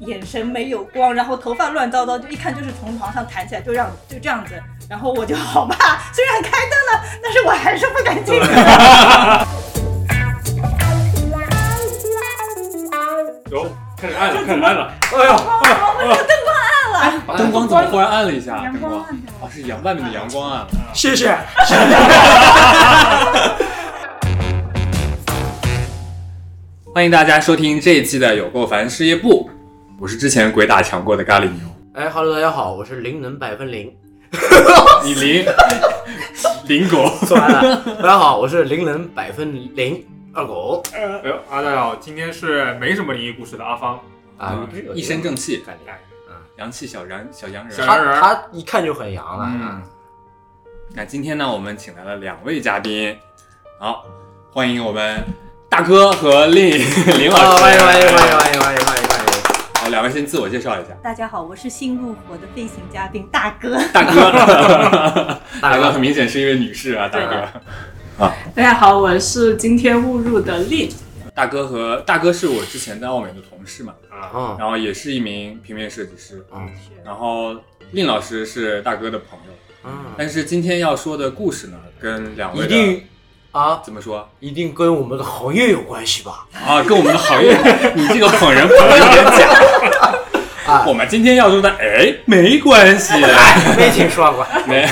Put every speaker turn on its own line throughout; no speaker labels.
眼神没有光，然后头发乱糟糟，就一看就是从床上弹起来，就让就这样子。然后我就好吧，虽然开灯了，但是我还是不敢进去。
有开始按了，开始按了，哎呦，哎呦
哎灯光怎么忽然暗了一下？
阳
灯
光
光
暗的
哦，是阳外面的阳光暗了。
谢谢。
欢迎大家收听这一期的有够烦事业部，我是之前鬼打墙过的咖喱牛，
哎哈喽，大家好，我是灵能百分零。
你林林狗，
说完了，大家好，我是灵能百分零二狗。
哎呦，啊，大家好，今天是没什么灵异故事的阿芳，
啊，你不是有
一身正气，
感觉？
哎
阳气小洋小洋人
小。
他
洋人儿
他一看就很啊洋了。
嗯，那今天呢，我们请来了两位嘉宾，好，欢迎我们大哥和令 林
啊
老师，
欢迎欢迎欢迎欢迎欢迎欢迎欢迎！
好，两位先自我介绍一下，
大家好，我是新入伙的飞行嘉宾大哥。
大哥，
大
哥
哥
很，明显是一位女士啊，大
对
哥
的。
大家好，我是今天误入的丽。
大哥和大哥是我之前在澳美的同事嘛，
啊，
嗯，
然后也是一名平面设计师，
嗯
然后令老师是大哥的朋友，
嗯，
但是今天要说的故事呢，跟两位的
一定啊，
怎么说
一定跟我们的行业有关系吧？
啊，跟我们的行业，你这个捧人捧的有点假。
啊
我们今天要说的，哎，没关系，
没听说 过。
没。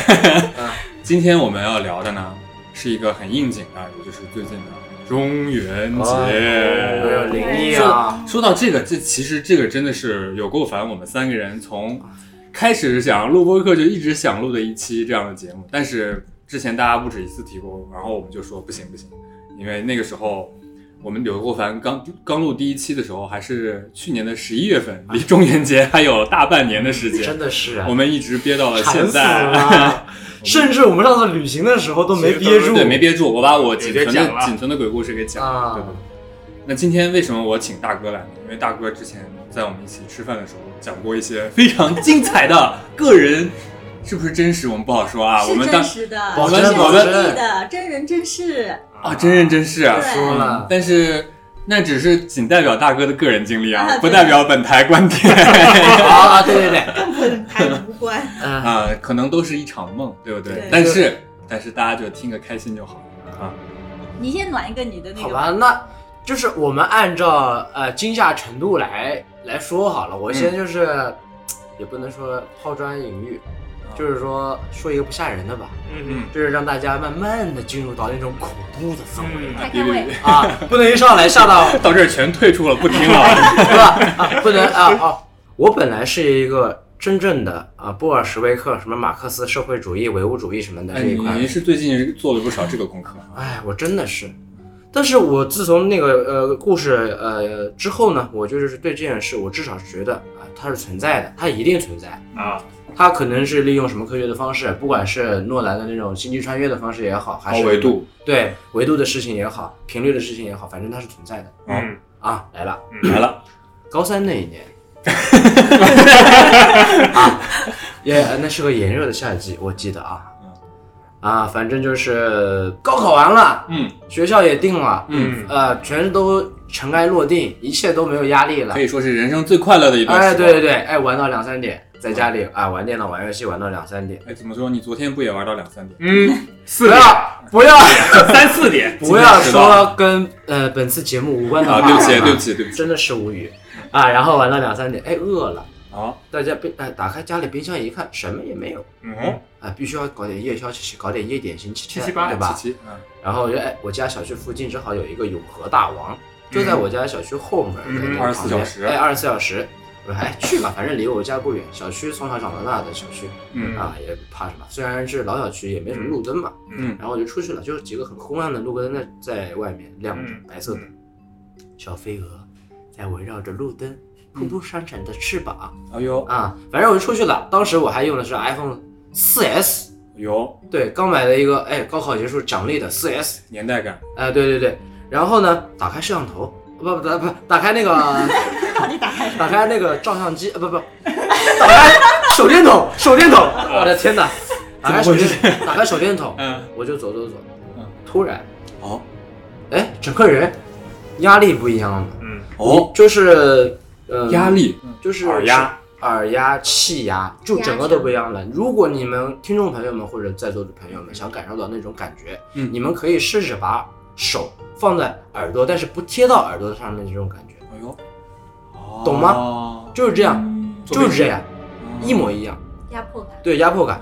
今天我们要聊的呢，是一个很应景的，也就是最近的中元
哦哎呦
节。
灵异啊！
说到这个，这其实这个真的是有够烦我们三个人从开始想录播课就一直想录的一期这样的节目，但是之前大家不止一次提过，然后我们就说不行不行，因为那个时候我们有够烦刚刚录第一期的时候还是去年的十一月份，离中元节还有大半年的时间
真，的是啊
我，们一直憋到了
馋
现
死
在。
了。甚至我们上次旅行的时候都没憋住，
对，没憋住，我把我仅
也
存
就
的
讲了
仅存的鬼故事给讲了。
啊
对对对。那今天为什么我请大哥来呢？因为大哥之前在我们一起吃饭的时候讲过一些非常精彩的个人，是不是真实我们不好说啊。我
是
们
真
当
实的，
我们
是
我
有
们
经历的，真人真事。
啊，真人真事啊，
对
说了
但是那只是仅代表大哥的个人经历啊，
啊
不
对
代表本台观点
啊！对对对，
跟本台无关。
嗯，
啊，可能都是一场梦，对不对？
对
但是但是大家就听个开心就好啊。
你先暖一个你的那
好
个
吧，那就是我们按照呃惊吓程度来来说好了。我先
嗯
就是、也不能说抛砖引玉，
啊
就是说说一个不吓人的吧，
嗯
就是让大家慢慢的进入到那种恐怖的氛围、
嗯，
开开胃。
啊，不能一上来吓到，
到这儿全退出了，不听 了。
是吧？啊，不能啊啊！我本来是一个。真正的啊，布尔什维克什么马克思社会主义、唯物主义什么的
哎，
这一
你
块，
你是最近做了不少这个功课
哎，我真的是，但是我自从那个呃故事呃之后呢，我就是对这件事，我至少是觉得啊、它是存在的，它一定存在。
啊，
它可能是利用什么科学的方式，不管是诺兰的那种星际穿越的方式也好，还是
高维度
对维度的事情也好，频率的事情也好，反正它是存在的
嗯，
啊。来了，
来了，
高三那一年， 啊，也那是个炎热的夏季，我记得啊
嗯，
啊，反正就是高考完了，
嗯
学校也定了，
嗯，
呃，全都尘埃落定，一切都没有压力了
可。以说是人生最快乐的一段
哎，
时光。
对对对，哎，玩到两三点，在家里啊玩电脑、玩游戏，玩到两三点。
哎，怎么说？你昨天不也玩到两三 点？
嗯，四
不
点，
啊
要不要
三四点，
不要说跟呃本次节目无关的
啊，
话
对不起，
啊
对不起，对不起。
真的是无语啊。然后玩到两三点，哎，饿了，
啊，
大家冰哎打开家里冰箱一看，什么也没有
哦
嗯，
啊，必须要搞点夜宵吃吃，搞点夜点心吃
七
吃，
七八
对吧？
琪琪，嗯
然后我就哎，我家小区附近正好有一个永和大王，就在我家小区后门的那
嗯
个
嗯
旁
24
边
小时
哎，二十四小时。我说哎，去吧，反正离我家不远，小区从小长到大的小区
嗯
啊，也怕什么？虽然是老小区，也没什么路灯嘛。
嗯
然后我就出去了，就是几个很昏暗的路灯在在外面亮着，
嗯
白色的小飞蛾在围绕着路灯扑扑闪闪的翅膀
哎呦
啊，反正我就出去了。当时我还用的是 iPhone 4S，
有
对，刚买的一个，哎，高考结束奖励的 4S。
年代感，
哎，对对对，然后呢，打开摄像头，不不打不打开 那个，
到底打开什么？
打开那个照相机，呃不不，打开手 电筒，手电筒，
啊
我的天哪！打开手电，打开手电筒，
嗯，
我就走走走
嗯，
突然，
哦
哎，整个人压力不一样了，
嗯，
哦，
就是嗯，
压力，
就是
耳压、
耳压、气压，就整个都不一样了。如果你们听众朋友们或者在座的朋友们想感受到那种感觉，
嗯
你们可以试试把手放在耳朵，但是不贴到耳朵上面这种感觉，
哎呦，哦
懂
吗？
就是这
嗯
样，
嗯
就是啊这样，一模一样，
压迫感。
对压迫感。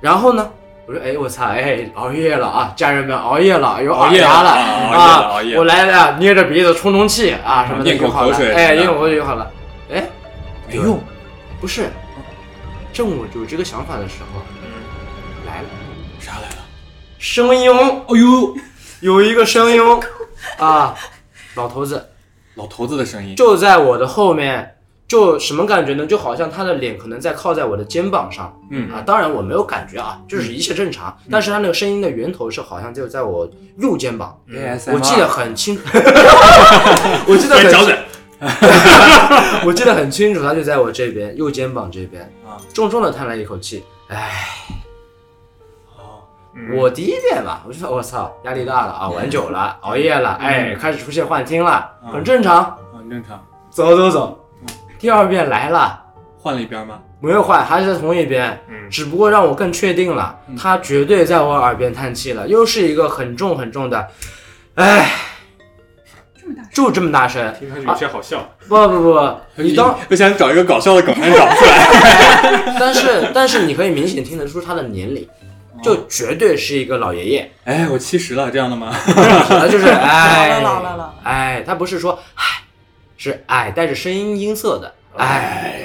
然后呢，我说，哎，我操，哎，熬夜了啊，家人们熬夜了，有
熬
耳
夜
压了
啊熬夜了，熬夜
我
了，
来了，捏着鼻子充充气啊什么的
咽口
就好了
口水什么
哎，
的
咽口口水就好了。哎，
没用，
不是，正我有这个想法的时候，来了
啥来了？
声音，
哎呦，
有一个声音 啊，老头子
老头子的声音，
就在我的后面。就什么感觉呢？就好像他的脸可能在靠在我的肩膀上
嗯
啊，当然我没有感觉啊，就是一切正常。但是他那个声音的源头是好像就在我右肩膀，
，ASMR
我记得很 清，我记得很
对，
清
脚趾，
我记得很清楚，他就在我这边，右肩膀这边
啊，
重重的叹了一口气，唉，
嗯
我第一遍吧，我就说我操，压力大了 啊，玩久了，熬夜了，哎，开始出现幻听了，
嗯
很正常，
很正常，
走走走。第二遍来了，
换了一边吗？
没有换，还是在同一边，
嗯
只不过让我更确定了，他绝对在我耳边叹气了，又是一个很重很重的，唉，
这么大声，
就这么大声，
听上去有些好笑。
不不不，你当
我想找一个搞笑的梗，但是找不出来。
但是但是你可以明显听得出他的年龄，就绝对是一个老爷 爷，
哎，我七十了，这样的吗？
他就是哎，
老了老了老了
哎，他不是说哎，是哎带着声音音色的哎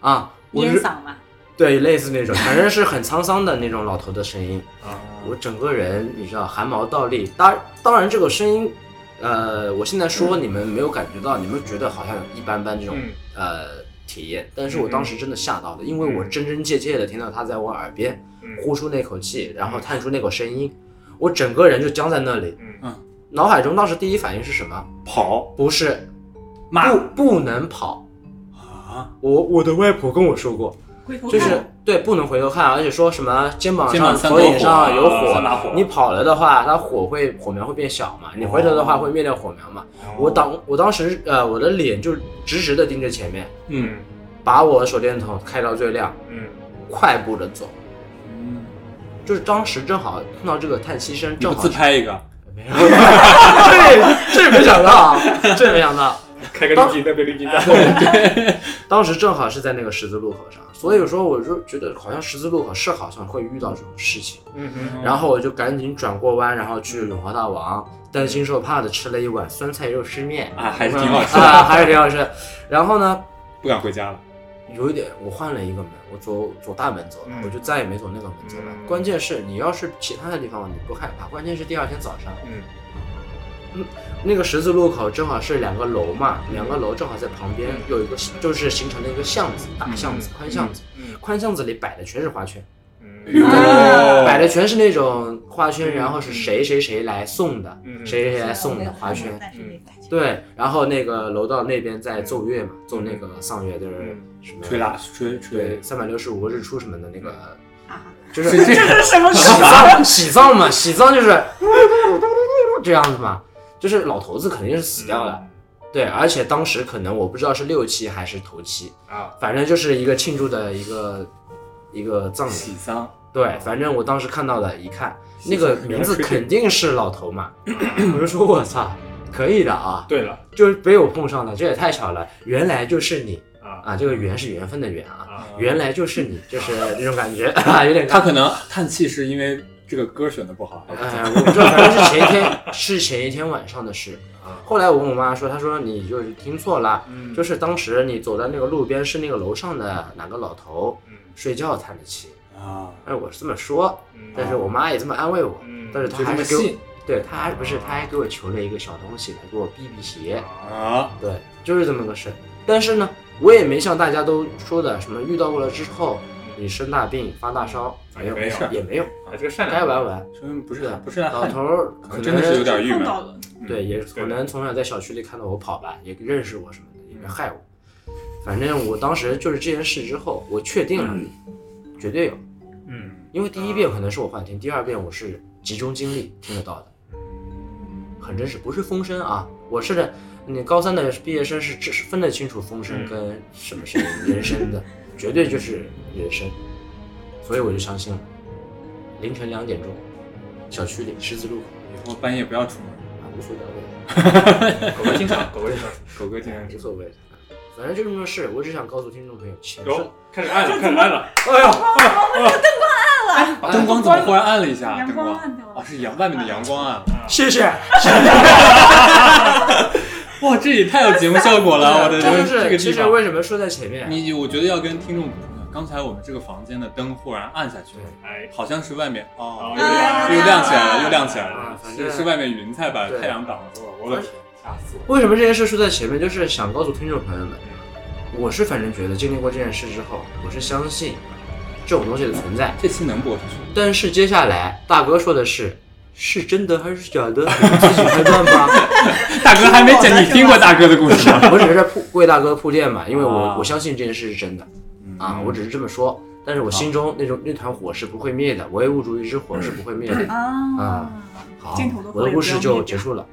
啊，我
烟
是
嗓嘛，
对类似那种，反正是很沧桑的那种老头的声音
啊。
我整个人你知道汗毛倒立，当当然这个声音。呃，我现在说你们没有感觉到，你们觉得好像一般般这种、
嗯
呃体验，但是我当时真的吓到了，因为我真真切切的听到他在我耳边
嗯
呼出那口气，然后探出那口声音，我整个人就僵在那里。
嗯
嗯，
脑海中当时第一反应是什么？
跑
不是，
骂
不不能跑。
啊，
我我的外婆跟我说过，
回头
就
看
是对不能回头看，而且说什么肩膀
肩膀
上、
三
头
朵
顶
火
上有
啊三把
火
火，
你跑了的话，它火会火苗会变小嘛，你回头的话会灭掉火苗嘛。
哦
我当我当时呃我的脸就直直的盯着前面，
嗯
把我的手电筒开到最亮，
嗯
快步的走。
嗯，
就是当时正好碰到这个叹息声，
你
正
不
好
自
是
拍一个？
没有， 这这没想到啊，这没想到，
开个滤镜，那边滤镜在后面。
当时正好是在那个十字路口上，所以说我就觉得好像十字路口是好像会遇到这种事情，
嗯嗯
然后我就赶紧转过弯，然后去永和大王，担惊受怕的吃了一碗酸菜肉丝面，
嗯
啊，还是挺好吃
啊，
的，
还是挺好吃。然后呢，
不敢回家了。
有一点我换了一个门，我走走大门走了，
嗯
我就再也没走那个门走了。
嗯
关键是你要是其他的地方你不害怕，关键是第二天早上。
嗯
那个十字路口正好是两个楼嘛，两个楼正好在旁边有一个，就是形成了一个巷子，大巷子、宽巷子，
嗯嗯
宽巷子里摆的全是花圈，
嗯
哦
摆的全是那种花圈，
嗯
然后是谁谁谁来送的，
嗯
谁谁谁来送的花圈，嗯
但是没感觉
对，然后那个楼道那边在奏乐嘛，奏那个丧乐
嗯
就是什么
吹蜡，吹吹
对，，三百六十五个日出什么的那个，
嗯
啊，
就是
这
喜
这是什么啊事？
葬喜葬嘛，喜葬就是这样子嘛，就是老头子肯定是死掉了。对，而且当时可能我不知道是六期还是头期，
啊，
反正就是一个庆祝的一个一个葬礼。
喜丧，
对，反正我当时看到的，一看那个名字肯定是老头嘛， 我就说我操，可以的啊，
对了
就是被我碰上了，这也太巧了，原来就是你
啊
啊，这个缘是缘分的缘啊，
啊，
原来就是你，就是那种感觉， 啊、有点
他
尴
可能叹气是因为这个歌选的不好，还是
哎，我不知道，反正是前一天，是前一天晚上的事。后来我跟我妈说，她说你就是听错了，
嗯
就是当时你走在那个路边，是那个楼上的哪个老头
嗯
睡觉叹的气。
啊，
哎，我是这么
哦
说，
嗯
但是我妈也这么安慰我，
嗯
但是
就
她
这
还
么
是给我
信，
对她还不是，她还给我求了一个小东西来给我避避邪。
啊，
对，就是这么个事。但是呢，我也没像大家都说的什么遇到过了之后你生大病发大烧，
哎
没有，
没事
也没有，
还是哎个善
该
良
玩玩。
说明不是
对
不是来
老
汉
头儿
啊可能真的是有点郁
碰
闷。
到了，
对，也可能从小在小区里看到我跑吧，也认识我什么的，也没害我。反正我当时就是这件事之后，我确定了，绝对有，
嗯
因为第一遍可能是我幻听，第二遍我是集中精力听得到的，很真实，不是风声啊，我是你高三的毕业生是只是分得清楚风声
嗯
跟什么声音，人声的，绝对就是人声，所以我就相信了。凌晨两点钟，小区里十字路口
以后半夜不要出门。
啊，无所谓，
狗哥经常，狗哥经常。
狗哥竟然
无所谓，反正就这么个事。我只想告诉听众朋友，钱是
有，开始按了，开始按了。
哎呀，啊灯光怎么忽然暗了一下？
阳
灯
光
光
暗掉了
哦，是阳外面的阳光啊暗。
谢谢。
哇，这也太有节目效果 了！我的
这就
这
是
个
其
地
实
方，
为什么说在前面，
你我觉得要跟听众补充一下，刚才我们这个房间的灯忽然暗下去了，
哎，
好像是外面
哦
哦，
又亮
又亮起来了，又亮起来
啊
了，
反正
是是外面云彩把
对
太阳挡住了，我的天，吓死我！
为什么这件事说在前面，就是想告诉听众朋友们，我是反正觉得经历过这件事之后，我是相信这种东西的存在。
这期能播出去？
但是接下来大哥说的是，是真的还是假的，你们自己判断吧。
大哥还没讲，你听过大哥的故 事吗？
我只是在铺为大哥铺垫嘛，因为我
啊
我相信这件事是真的
嗯
啊，我只是这么说。但是我
啊
心中那种那团火是不会灭的，唯物主义之火是不会灭的。
啊
啊，好
镜头都，
我的
会
故事
不要灭
就
掉
结束了。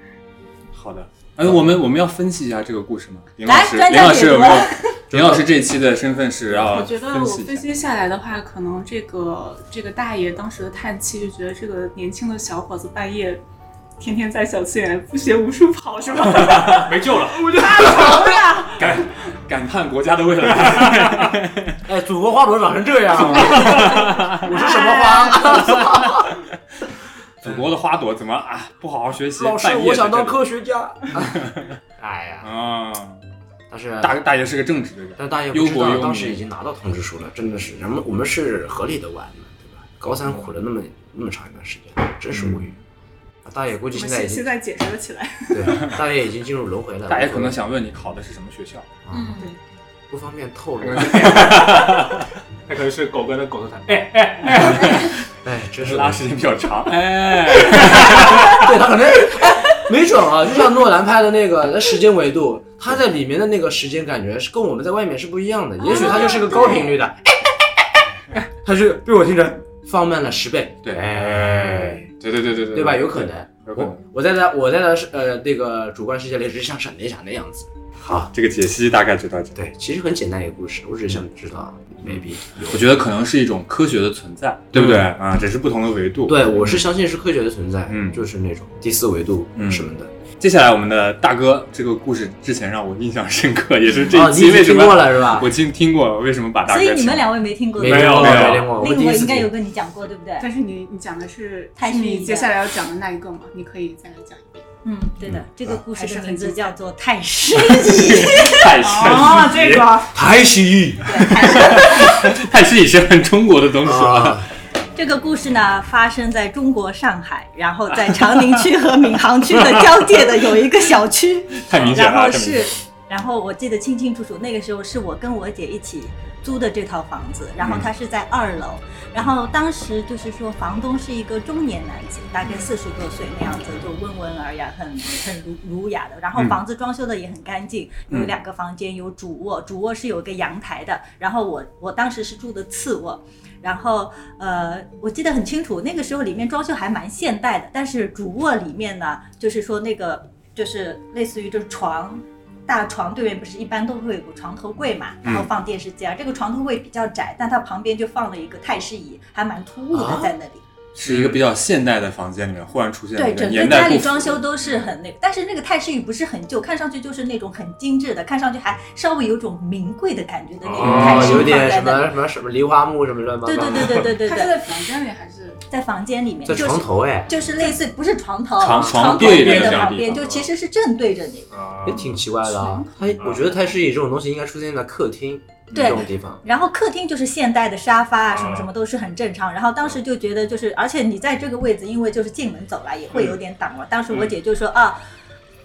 好的，哎，我们我们要分析一下这个故事吗？林
来
老师，
专
林
家
老师
解
有没有
读？
林老师这一期的身份是要
我觉得
分
我
析一
分
下。
析下来的话，可能这个这个大爷当时的叹气，就觉得这个年轻的小伙子半夜天天在小区里面不学无术跑是吧？
没救了。
感感叹国家的未来。
哎，祖国花朵长成 这样，我是什么花？
祖国的花朵怎么啊？不好好学习，
老师
半，夜
我想当
在这里
科学家。 哎呀，
啊！
但是
大大爷是个正直的人，
但大爷不知
忧国
道，
忧民
当时已经拿到通知书了，真的是，人们我们是合理的玩的，对吧？高三苦了那么那么长一段时间，真是无语。
嗯
啊大爷估计
我
现
们
在已经
现现在解释了起来。
对，大爷已经进入轮回了。
大爷可能想问你考的是什么学校？
啊，不方便透 露。
那可能是狗哥的狗头禅。哎，
哎，真是
拉时间比较长。哎，
对他可能，哎，没准啊，就像诺兰拍的那个那时间维度，他在里面的那个时间感觉是跟我们在外面是不一样的。也许他就是个高频率的，他就被我听着放慢了十倍，
对，
哎，
对对对对对，
对吧？有可能。
有可
我
能。
我在他我在他是呃那个主观世界里只是想闪电侠那样子。
好，这个解析大概就到这。
对，其实很简单一个故事，我只是想知道 maybe 有。
我觉得可能是一种科学的存在，对不对啊？只是不同的维度。
嗯对，我是相信是科学的存在，
嗯
就是那种第四维度
嗯
什么的。
接下来我们的大哥这个故事之前让我印象深刻，也是这
哦，
一
你
期
已
为
经
什
听
么
过了是吧？
我听听过为什么把大
所
哥
以你
请
们两位没听过，
没
那
听
个
过，
没有
没听过，我第一
我
次
应该有
听。
跟你讲过，对不对？
但是你你讲的 是
太
是
虚
你
拟
接
的
下来要讲的那一个嘛？你可以再来讲一遍。
嗯，对的，这个故事
还是
的
很
名字
精彩
叫做《太师椅》。
太师椅，
个
台西
太师椅是很中国的东西啊。
啊，
这个故事呢，发生在中国上海，然后在长宁区和闵行区的交界的有一个小区，
太明显
然
了，
后
太明显
是
了。，
然后我记得清清楚楚，那个时候是我跟我姐一起租的这套房子，然
嗯
后它是在二楼，然后当时就是说房东是一个中年男子，大概四十多岁那样子，就温文尔雅，很很儒儒雅的，然后
嗯
房子装修的也很干净，有两个房间，有主卧，主卧是有一个阳台的，然后我我当时是住的次卧，然后呃，我记得很清楚，那个时候里面装修还蛮现代的，但是主卧里面呢，就是说那个就是类似于就是床。大床对面不是一般都会有个床头柜嘛，然后放电视机啊。这个床头柜比较窄，但它旁边就放了一个太师椅，还蛮突兀
啊
的在那里。
是一个比较现代的房间里面，忽然出现了
对，
一个
整
年
个
代
家
不
里
符
装修都是很那个，但是那个太师椅不是很旧，看上去就是那种很精致的，看上去还稍微有种名贵的感觉的那种太
哦，
师
有
椅放
点
在
什
那里。
么什么什么梨花木什么乱七八
对
糟
对
的，嗯
对对对对
他是
对，
在房间里还是？
在房间里面
在
就是
床头哎，
就是类似不是床头，
床
床
床
头
对
柜
着
的
这样的
旁
地
边，
方
就其实是正对着你。
啊
也挺奇怪的啊
床。
它我觉得太师椅这种东西应该出现在客厅
对
这种地方。
然后客厅就是现代的沙发啊，
嗯
什么什么都是很正常。然后当
嗯
时就觉得就是，而且你在这个位置，因为就是进门走来也
嗯
会有点挡了。当时我姐就说啊，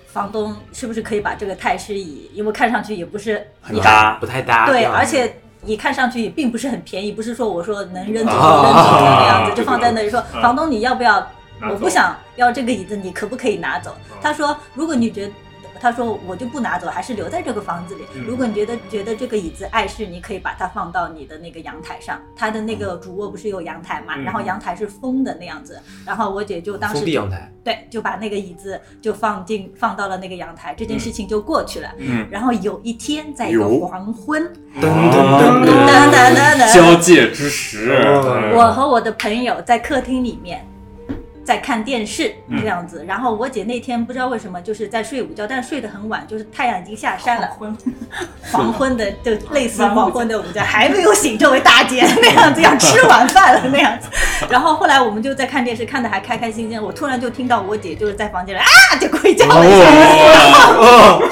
房东是不是可以把这个太师椅，因为看上去也不是
很搭，
不太搭。
对，
吧
而且你看上去也并不是很便宜，不是说我说能扔走就扔走
啊
那样子，
对
就放在那里说
嗯
房东你要不要？
拿走
我不想要这个椅子，你可不可以拿走？他说如果你觉得。他说我就不拿走，还是留在这个房子里。
嗯
如果你觉得觉得这个椅子碍事，你可以把它放到你的那个阳台上。他的那个主卧不是有阳台嘛，
嗯
然后阳台是封的那样子，然后我姐就当时
封闭
就
阳台，
对就把那个椅子就放进放到了那个阳台，这件事情就过去了。
嗯，
然后有一天，在一个
有
黄昏，
噔噔
噔噔噔噔，
交界之时，
嗯
哎
哦
我和我的朋友在客厅里面在看电视
嗯
这样子，然后我姐那天不知道为什么就是在睡午觉，但是睡得很晚，就是太阳已经下山了，
婚
黄昏的就类似黄昏的，我们家 还没有醒，这位大姐 那样子要吃晚饭了那样子。然后后来我们就在看电视，看得还开开心心，我突然就听到我姐就是在房间里啊 就鬼叫了一下。
哦，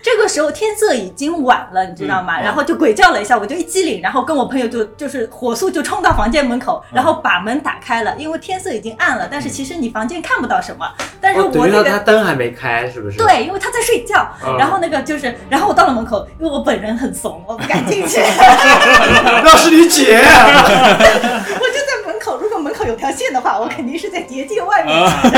这个时候天色已经晚了，你知道吗？
嗯
然后就鬼叫了一下，我就一激灵，然后跟我朋友就就是火速就冲到房间门
嗯
口，然后把门打开了，因为天色已经暗了，但是其实你房间看不到什么，但是我
哦等于
那
他他
个。
灯还没开，是不是？，
对，因为他在睡觉，
嗯
然后那个就是，然后我到了门口，因为我本人很怂，我不敢进去，
那是你 姐，
我就在门口。如果门口有条线的话，我肯定是在结界外面。
嗯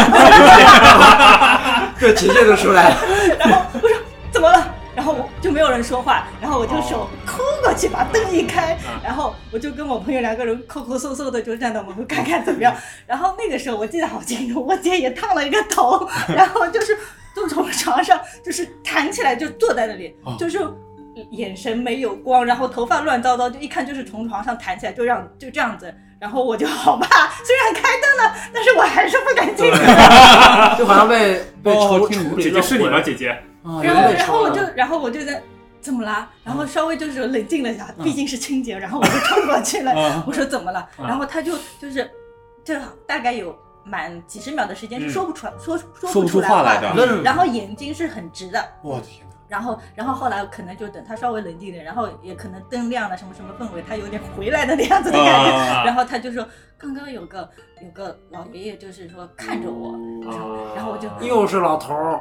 这姐姐都出来了，
然后我说怎么了？然后我就没有人说话，然后我就手抠过去把灯一开，然后我就跟我朋友两个人抠抠搜搜的就站到门口看看怎么样。然后那个时候我记得好清楚，我姐也烫了一个头，然后就是就从床上就是弹起来就坐在那里，就是。眼神没有光，然后头发乱糟糟，就一看就是从床上弹起来，就让就这样子，然后我就好怕，虽然开灯了，但是我还是不敢进去。
就好像被被
哦
处
听
处理
姐姐
了
是你吗？
魂
姐姐，
啊
然后，
有点
然后我
抽
就
了，
然后我就在怎么啦？然
嗯
后稍微就是冷静了一下，毕竟是清洁，然后我就冲过去
嗯
了， 我说怎么了？然后他就就是，就大概有满几十秒的时间是说不出来，说
嗯说
不
不
出
出
来
话来的。
愣
然后眼睛是很直的，
我天哪！
然后，然后后来可能就等他稍微冷静一点，然后也可能灯亮了什么什么氛围，他有点回来的那样子的感觉。
啊
然后他就说，刚刚有个有个老爷爷，就是说看着我，然后然后我就
又是老头儿，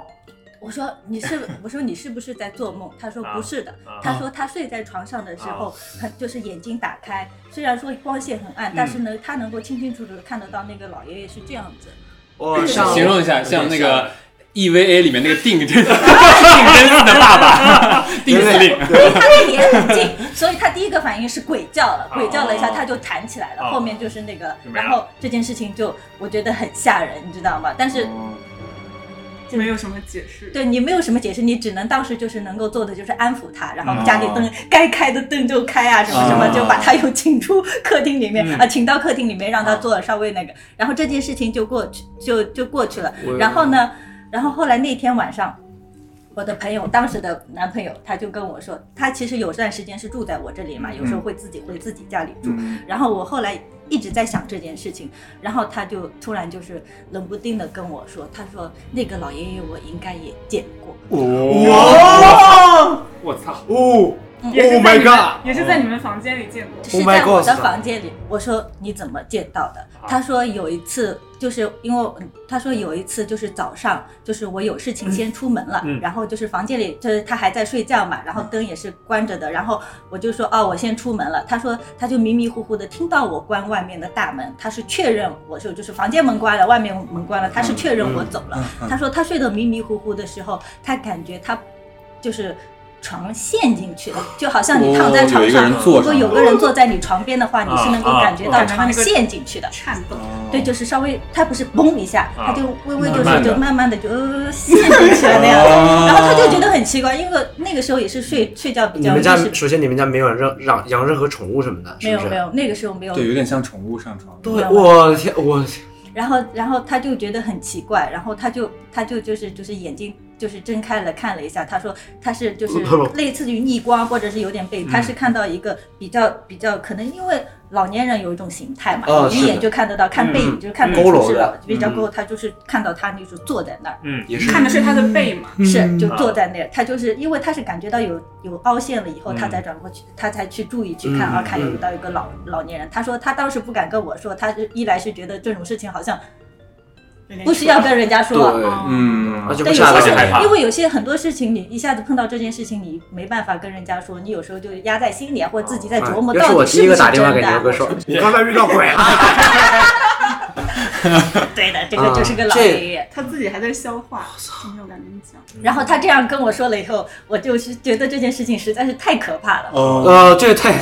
我说你是， 我说你是不是在做梦？他说
啊
不是的，
啊
他说他睡在床上的时候，很就是眼睛打开，虽然说光线很暗，但是
嗯
呢，他能够清清楚楚的看得到那个老爷爷是这样子。
我像
形容一下，像那
有点
个 EVA 里面那个定真定真寺的爸 爸，定司令。
因为他的脸很近，所以他第一个反应是鬼叫了，
啊
鬼叫了一下，他就弹起来了。
啊
后面就是那个
就，没了
然后这件事情就我觉得很吓人，你知道吗？
嗯
但是
没有什么解释。
对你没有什么解释，你只能当时就是能够做的就是安抚他，然后家里灯、该开的灯就开啊，什么什么，
啊
就把他又请出客厅里面、
嗯
啊，请到客厅里面让他坐稍微那个，然后这件事情就过去就就过去了
我。
然后呢，然后后来那天晚上。我的朋友，当时的男朋友，他就跟我说，他其实有段时间是住在我这里嘛，有时候会自己回自己家里住。然后我后来一直在想这件事情，然后他就突然就是冷不丁的跟我说，他说那个老爷爷我应该也见过，
哇！
我操，
哦
也是
Oh
在
my
你们
god
也是在你们房间里见过。
是
Oh my
在我的
God
房间里。我说你怎么见到的？他说有一次，就是因为嗯他说有一次就是早上，就是我有事情先出门了，
嗯
然后就是房间里就是他还在睡觉嘛，然后灯也是关着的，然后我就说哦我先出门了。他说他就迷迷糊糊的听到我关外面的大门，他是确认我就就是房间门关了，外面门关了，他
嗯
是确认我走了。他说他睡得迷迷糊糊的时候，他感觉他就是。床陷进去了，就好像你躺在
哦有
床
一个
上，
人坐
如果
上
有
了
个人坐在你床边的话，你是能够
啊
感觉到
啊
床陷进去的。
颤抖，
对，就是稍微，它不是嘣一下，
啊
它就微微就是
慢慢地
就慢慢的就呃陷进去了那 样子。然后他就觉得很奇怪，因为那个时候也是睡睡觉比
你
较
们
意
家
识
首先你们家没有让让养任何宠物什么的，
没
是
有
不是？
没有，那个时候没有
对，有点像宠物上床。
对，我天，我天
然后，然后他就觉得很奇怪，然后他就他就就是就是眼睛就是睁开了看了一下，他说他是就是
哦
类似于逆光或者是有点
嗯
背，他是看到一个比较比较可能因为老年人有一种形态嘛，
哦
你一
是
眼
的
就看得到，看背影
嗯
就是看
佝
出
偻
是
的
老比较佝偻，他就是看到他就是坐在那儿，
嗯，
也是
看的是他的背
嗯
嘛。
是
啊
就坐在那儿，他就是因为他是感觉到有有凹陷了以后，他才转过去，他才去注意去看
嗯
啊，看有
嗯
到一个老老年人，他说他当时不敢跟我说，他是一来是觉得这种事情好像不需要跟人家说。啊
对，
哦
嗯
而，且
但有
会吓
些
到
而且
人
害怕
因为有些很多事情，你一下子碰到这件事情，你没办法跟人家说，你有时候就压在心里，啊或者自己在琢磨
哎要
到
是我
底
第
是
一
不
个
是
打
真
电话给
的
牛
啊。
哥说，我刚才遇到鬼了，
对的，这个就是个
啊
老
这
爷爷。
他自己还在消化，就没有赶紧讲。
然后他这样跟我说了以后，我就是觉得这件事情实在是太可怕了。
哦，
呃，这个太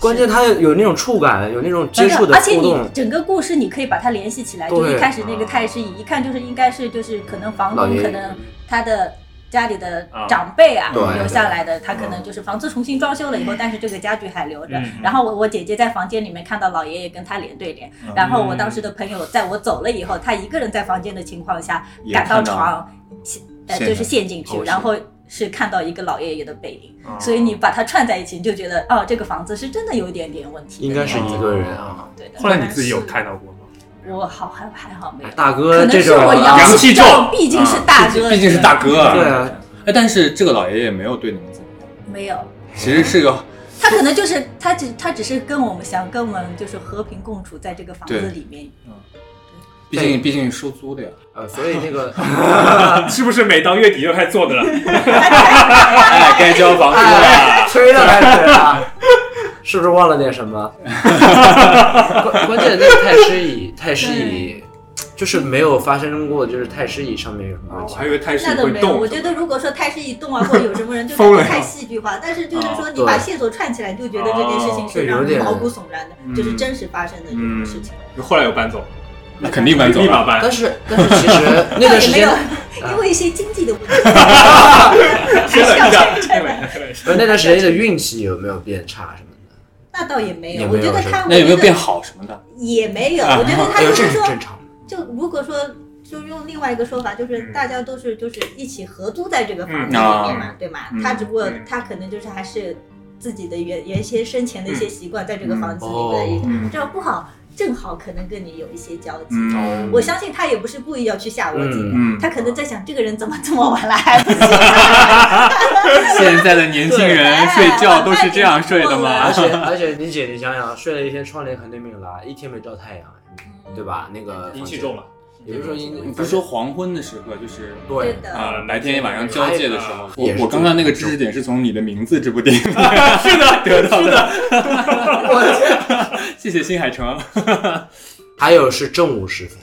关键，它有那种触感，有那种接触的
而且
互
你
动。
整个故事你可以把它联系起来，
对
就一开始那个太师一看就是应该是就是可能房
老
东
爷爷
可能他的。家里的长辈啊
对啊
留下来的，他可能就是房子重新装修了以后，但是这个家具还留着
嗯。
然后我我姐姐在房间里面看到老爷爷跟他脸对脸，
嗯
然后我当时的朋友在我走了以后，他一个人在房间的情况下
也
赶到
看到
床，陷呃
陷
就是
进
陷进去，
哦
然
是
后是看到一个老爷爷的背影。
哦
所以你把它串在一起，你就觉得哦，这个房子是真的有一点点问题的
应该是
样子
一个人啊。
对的。
后来你自己有看到过吗？
我好还还好没有
哎，大
可
哥，
能
这
是
种啊
我
阳
阳
气
重，
重
毕竟是大哥，
毕竟是大哥啊。
对啊，
哎，但是这个老爷爷没有对你们怎么样，
没有。
其实是个
他可能就是他只他只是跟我们想跟我们就是和平共处在这个房子
对
里面，
毕竟毕竟收租的呀。
呃，所以那个
是不是每到月底就开始做的了？
哎，该交房租了。
吹了开始啊，是不是忘了点什么？ 关关键那个太师椅，太师椅就是没有发生过，就是太师椅上面有什么问
啊我
题。
哦还以为太师
那倒
会
没有。
动。
我觉得如果说太师一动啊，或者有什么人，就
疯了
感觉
呀
太戏剧化。但是就是说，
哦
你把
对
线索串起来，你就觉得这件事情
哦
是
就有
让人
点
毛骨悚然的，就是
嗯
真实发生的这种事情。
后来有搬走，
那肯定搬走了
立马搬
但。是但是其实那段
也
时
没
间啊
有，因为一些经济的问题。
真的，真 的，真的。
不是那段时间的运气有没有变差什么的？
那倒也没有，
也
我
没有
觉得
是吧
他
那有没
我觉
有
得
变好什么的？
也没有，
啊
我觉得他
哎呦，
就
这
是
很正
说，
常。
就如果说就用另外一个说法，
嗯
就是大家都是就是一起合租在这个房子里面
啊
嘛，对吗？
嗯
他只不过
嗯
他可能就是还是自己的原原先生前的一些习惯，在这个房子里
嗯
面，
嗯
这样不好，正好可能跟你有一些交集。
嗯
我相信他也不是故意要去吓我姐，
嗯，
嗯，
他可能在想这个人怎么这么晚来 还不睡
现在的年轻人睡觉都是这样睡的
而
吗？
且而且你姐，你想想，睡了一天窗帘肯定没有拉，一天没照太阳，对吧？那个
阴气重
了，嗯
了。
也就是说阴，
不是说黄昏的时刻，就是
对
对的
啊，白天晚上交界的时候。我
也是
我刚刚那个知识点是从你的名字这部电影
是的，
得到
是
的。
的。
谢谢新海诚。
还有是正午时分，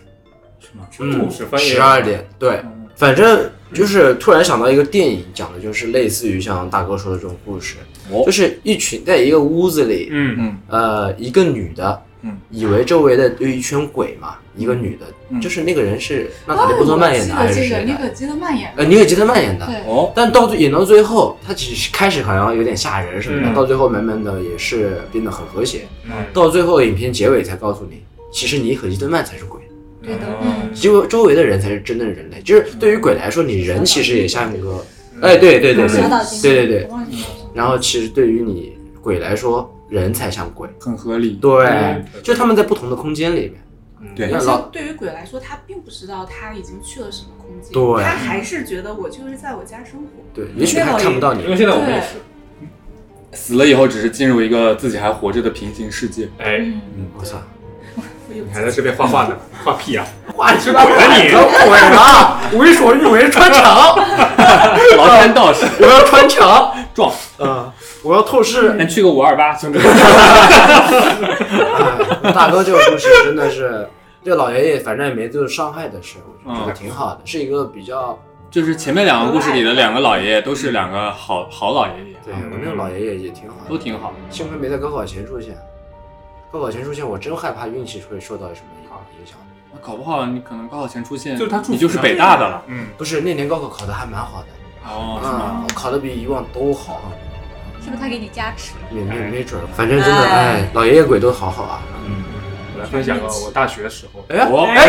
嗯
五十分，
十二。点，对，反正就是突然想到一个电影，讲的就是类似于像大哥说的这种故事，
哦
就是一群在一个屋子里，
嗯
嗯
呃，一个女的，
嗯，
以为周围的有一圈鬼嘛，一个女的，
嗯
就是那个人是娜塔莉波特曼演的还
我
是
记
谁的
得这个，那个哦基德曼演的，
呃，尼尔基特曼演的，
对，
哦，
但到最演到最后，他只是开始好像有点吓人什么的，
嗯
到最后慢慢的也是变得很和谐，
嗯，
到最后影片结尾才告诉你，其实尼可基特曼才是鬼，
对的
嗯
结果周围的人才是真正的人类。就是对于鬼来说，你人其实也像一个，
嗯
哎，对对对对
小岛
对
精
对
灵
对嗯
我，忘记了。
然后其实对于你鬼来说，人才像鬼，
很合理。
对
嗯，
就他们在不同的空间里面，
对
那
而
老
且对于鬼来说，他并不知道他已经去了什么空间，
对
他还是觉得我就是在我家生活。
对，也许他看不到
因为
你，
现在我们也是，
死了以后只是进入一个自己还活着的平行世 界。
哎，
嗯，
我操，
你还在这边画画 呢，画屁啊！
哇，这
滚你
搞鬼了，为所欲为，穿墙，
崂山道 士
我要穿墙，
撞，
嗯，我要透视。
咱去个五二八，兄 弟。
哎大哥这个故事真的是，这老爷爷反正也没做伤害的事，我觉得挺好的，是一个比较
就是前面两个故事里的两个老爷爷都是两个好好老爷爷，
对啊我那个老爷爷也挺好
都
的，
挺好。
幸亏没在高考前出现。高考前出现，我真害怕运气会受到什么影响。
那搞不好你可能高考前出现，
就是他祝福
你就是北大的了。
嗯，
不是那年高考考的还蛮好的，
哦，是吗？
啊，我考的比以往都好，啊
是不是他给你加持？
没
哎
没没准儿，反正真的
哎
哎，老爷爷鬼都好好啊。
嗯我来分享个我大学的时候，
哎
我
哎，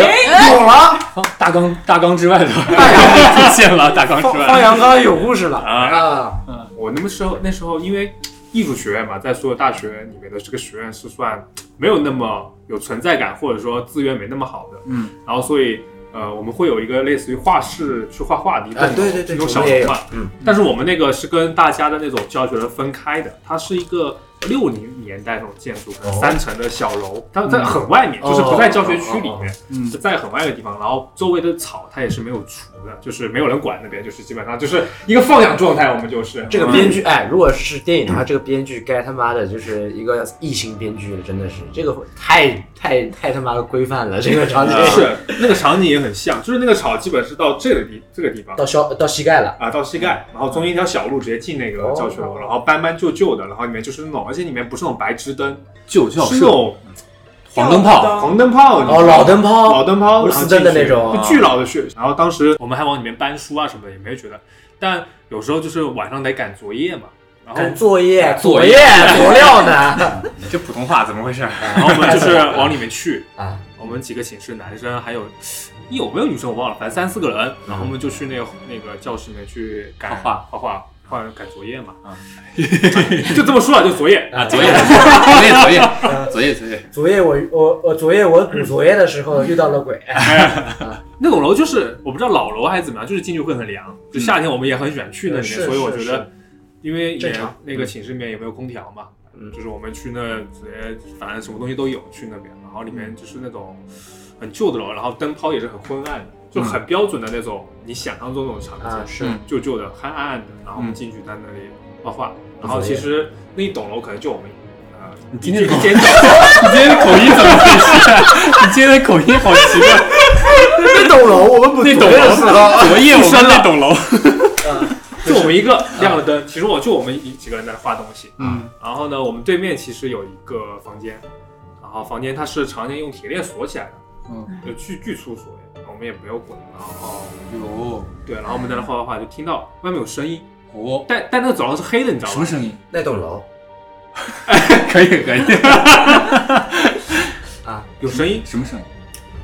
有了，
放哦大纲大纲之外的
大
出现了，大纲
方
之
方
外。
阳刚有故事了
啊
啊！
我那么时候那时候因为艺术学院嘛，在所有大学里面的这个学院是算没有那么有存在感，或者说资源没那么好的。
嗯，
然后所以呃，我们会有一个类似于画室去画画的一栋
哎，对对对，
一种
我
小
们也
楼
有
嘛。，
嗯，
但是我们那个是跟大家的那种教学是分开的，它是一个六零年代那种建筑，可能
哦
三层的小楼，它在很外面，
哦
就是不在教学区里面，
嗯
是在很外的地方。然后周围的草它也是没有除的，就是没有人管那边，就是基本上就是一个放养状态，我们就是
这个编剧，
嗯
哎，如果是电影的话，这个编剧该他妈的就是一个异形编剧了，真的是这个太太太他妈的规范 了，这个场景
是呃那个场景也很像，就是那个草基本是到这个地这个地方。
到腰到膝盖了，
啊，到膝盖，然后中间一条小路直接进那个教学楼，
嗯哦
然后斑斑旧旧的，然后里面就是那种，而且里面不是那种白炽灯，
旧校
是那种
黄灯泡，
黄灯泡，你知道
哦，
吗
老灯泡，
老灯泡，
不是
然后
死灯的
进去
那种啊
巨老的血。然后当时我们还往里面搬书啊什么的，也没觉得。但有时候就是晚上得赶作业嘛，然后
赶作业，
哎
作
左
业
业佐料 呢？
这普通话怎么回事？
然哦后我们就是往里面去，
啊，
我们几个寝室男生还有有没有女生我忘了，反正三四个人，然后我们就去那个那个教室里面去赶
画画
画画。画赶作业嘛，
啊
就这么说了，就作业。
啊
昨夜，昨夜，昨 夜，昨夜，昨夜，
昨夜我我我昨夜我补昨夜的时候遇到了鬼，
那种楼就是我不知道老楼还是怎么样，就是进去会很凉。就夏天我们也很喜欢去那里面，嗯
是
所以我觉
嗯是
得因为也
正常
那个寝室里面也没有空调嘛，
嗯
就是我们去那直接反正什么东西都有去那边，然后里面就是那种很旧的楼，然后灯泡也是很昏暗的，就很标准的那种你想象中那种场景，
啊是
嗯
旧旧的、暗暗的，然后我们
嗯
进去在那里画画，
不
然后
作
其
业
实那一栋楼可能就我们
嗯
呃
你
一
今天
间
的口
一
音，
间教
你今天的口音怎么回事？你今天的口音好奇怪。
那栋楼我们补
那
昨
栋
夜的时候，
楼，昨夜我们那栋楼，
就我们一个亮的灯，其实我就我们一几个人在画东西，
嗯，
然后呢，我们对面其实有一个房间，然后房间它是常年用铁链锁起来的，
嗯，
就巨巨粗锁，我们也没有管。然后
哟，
对，然后我们在那画画画，就听到外面有声音，
哦，
但但那个走廊是黑的，你知道
什
吗
么？声音？
那栋楼
可以，可以，
啊，
有声音，
什么声音？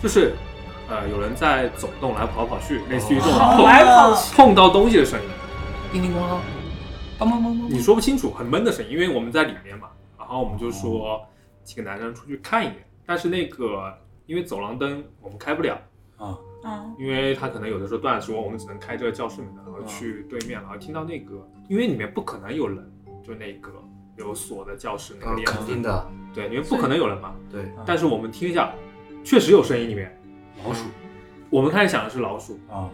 就是呃有人在走动，来跑跑去，类似于这种
跑
碰
来跑去，
碰到东西的声音，
叮叮咣啷，
梆梆梆梆
你说不清楚，很闷的声音，因为我们在里面嘛。然后我们就说几个男生出去看一眼，但是那个因为走廊灯我们开不了。
啊，
梆，啊，
因为他可能有的时候断了之后，我们只能开这个教室门的，然后去对面，然后听到那个，因为里面不可能有人，就那个有锁的教室那个
嗯
帘
肯定
子，
的，
对，里面不可能有人嘛。
对，
但是我们听一下，确实有声音，里面
老鼠
我们开始想的是老鼠，
啊，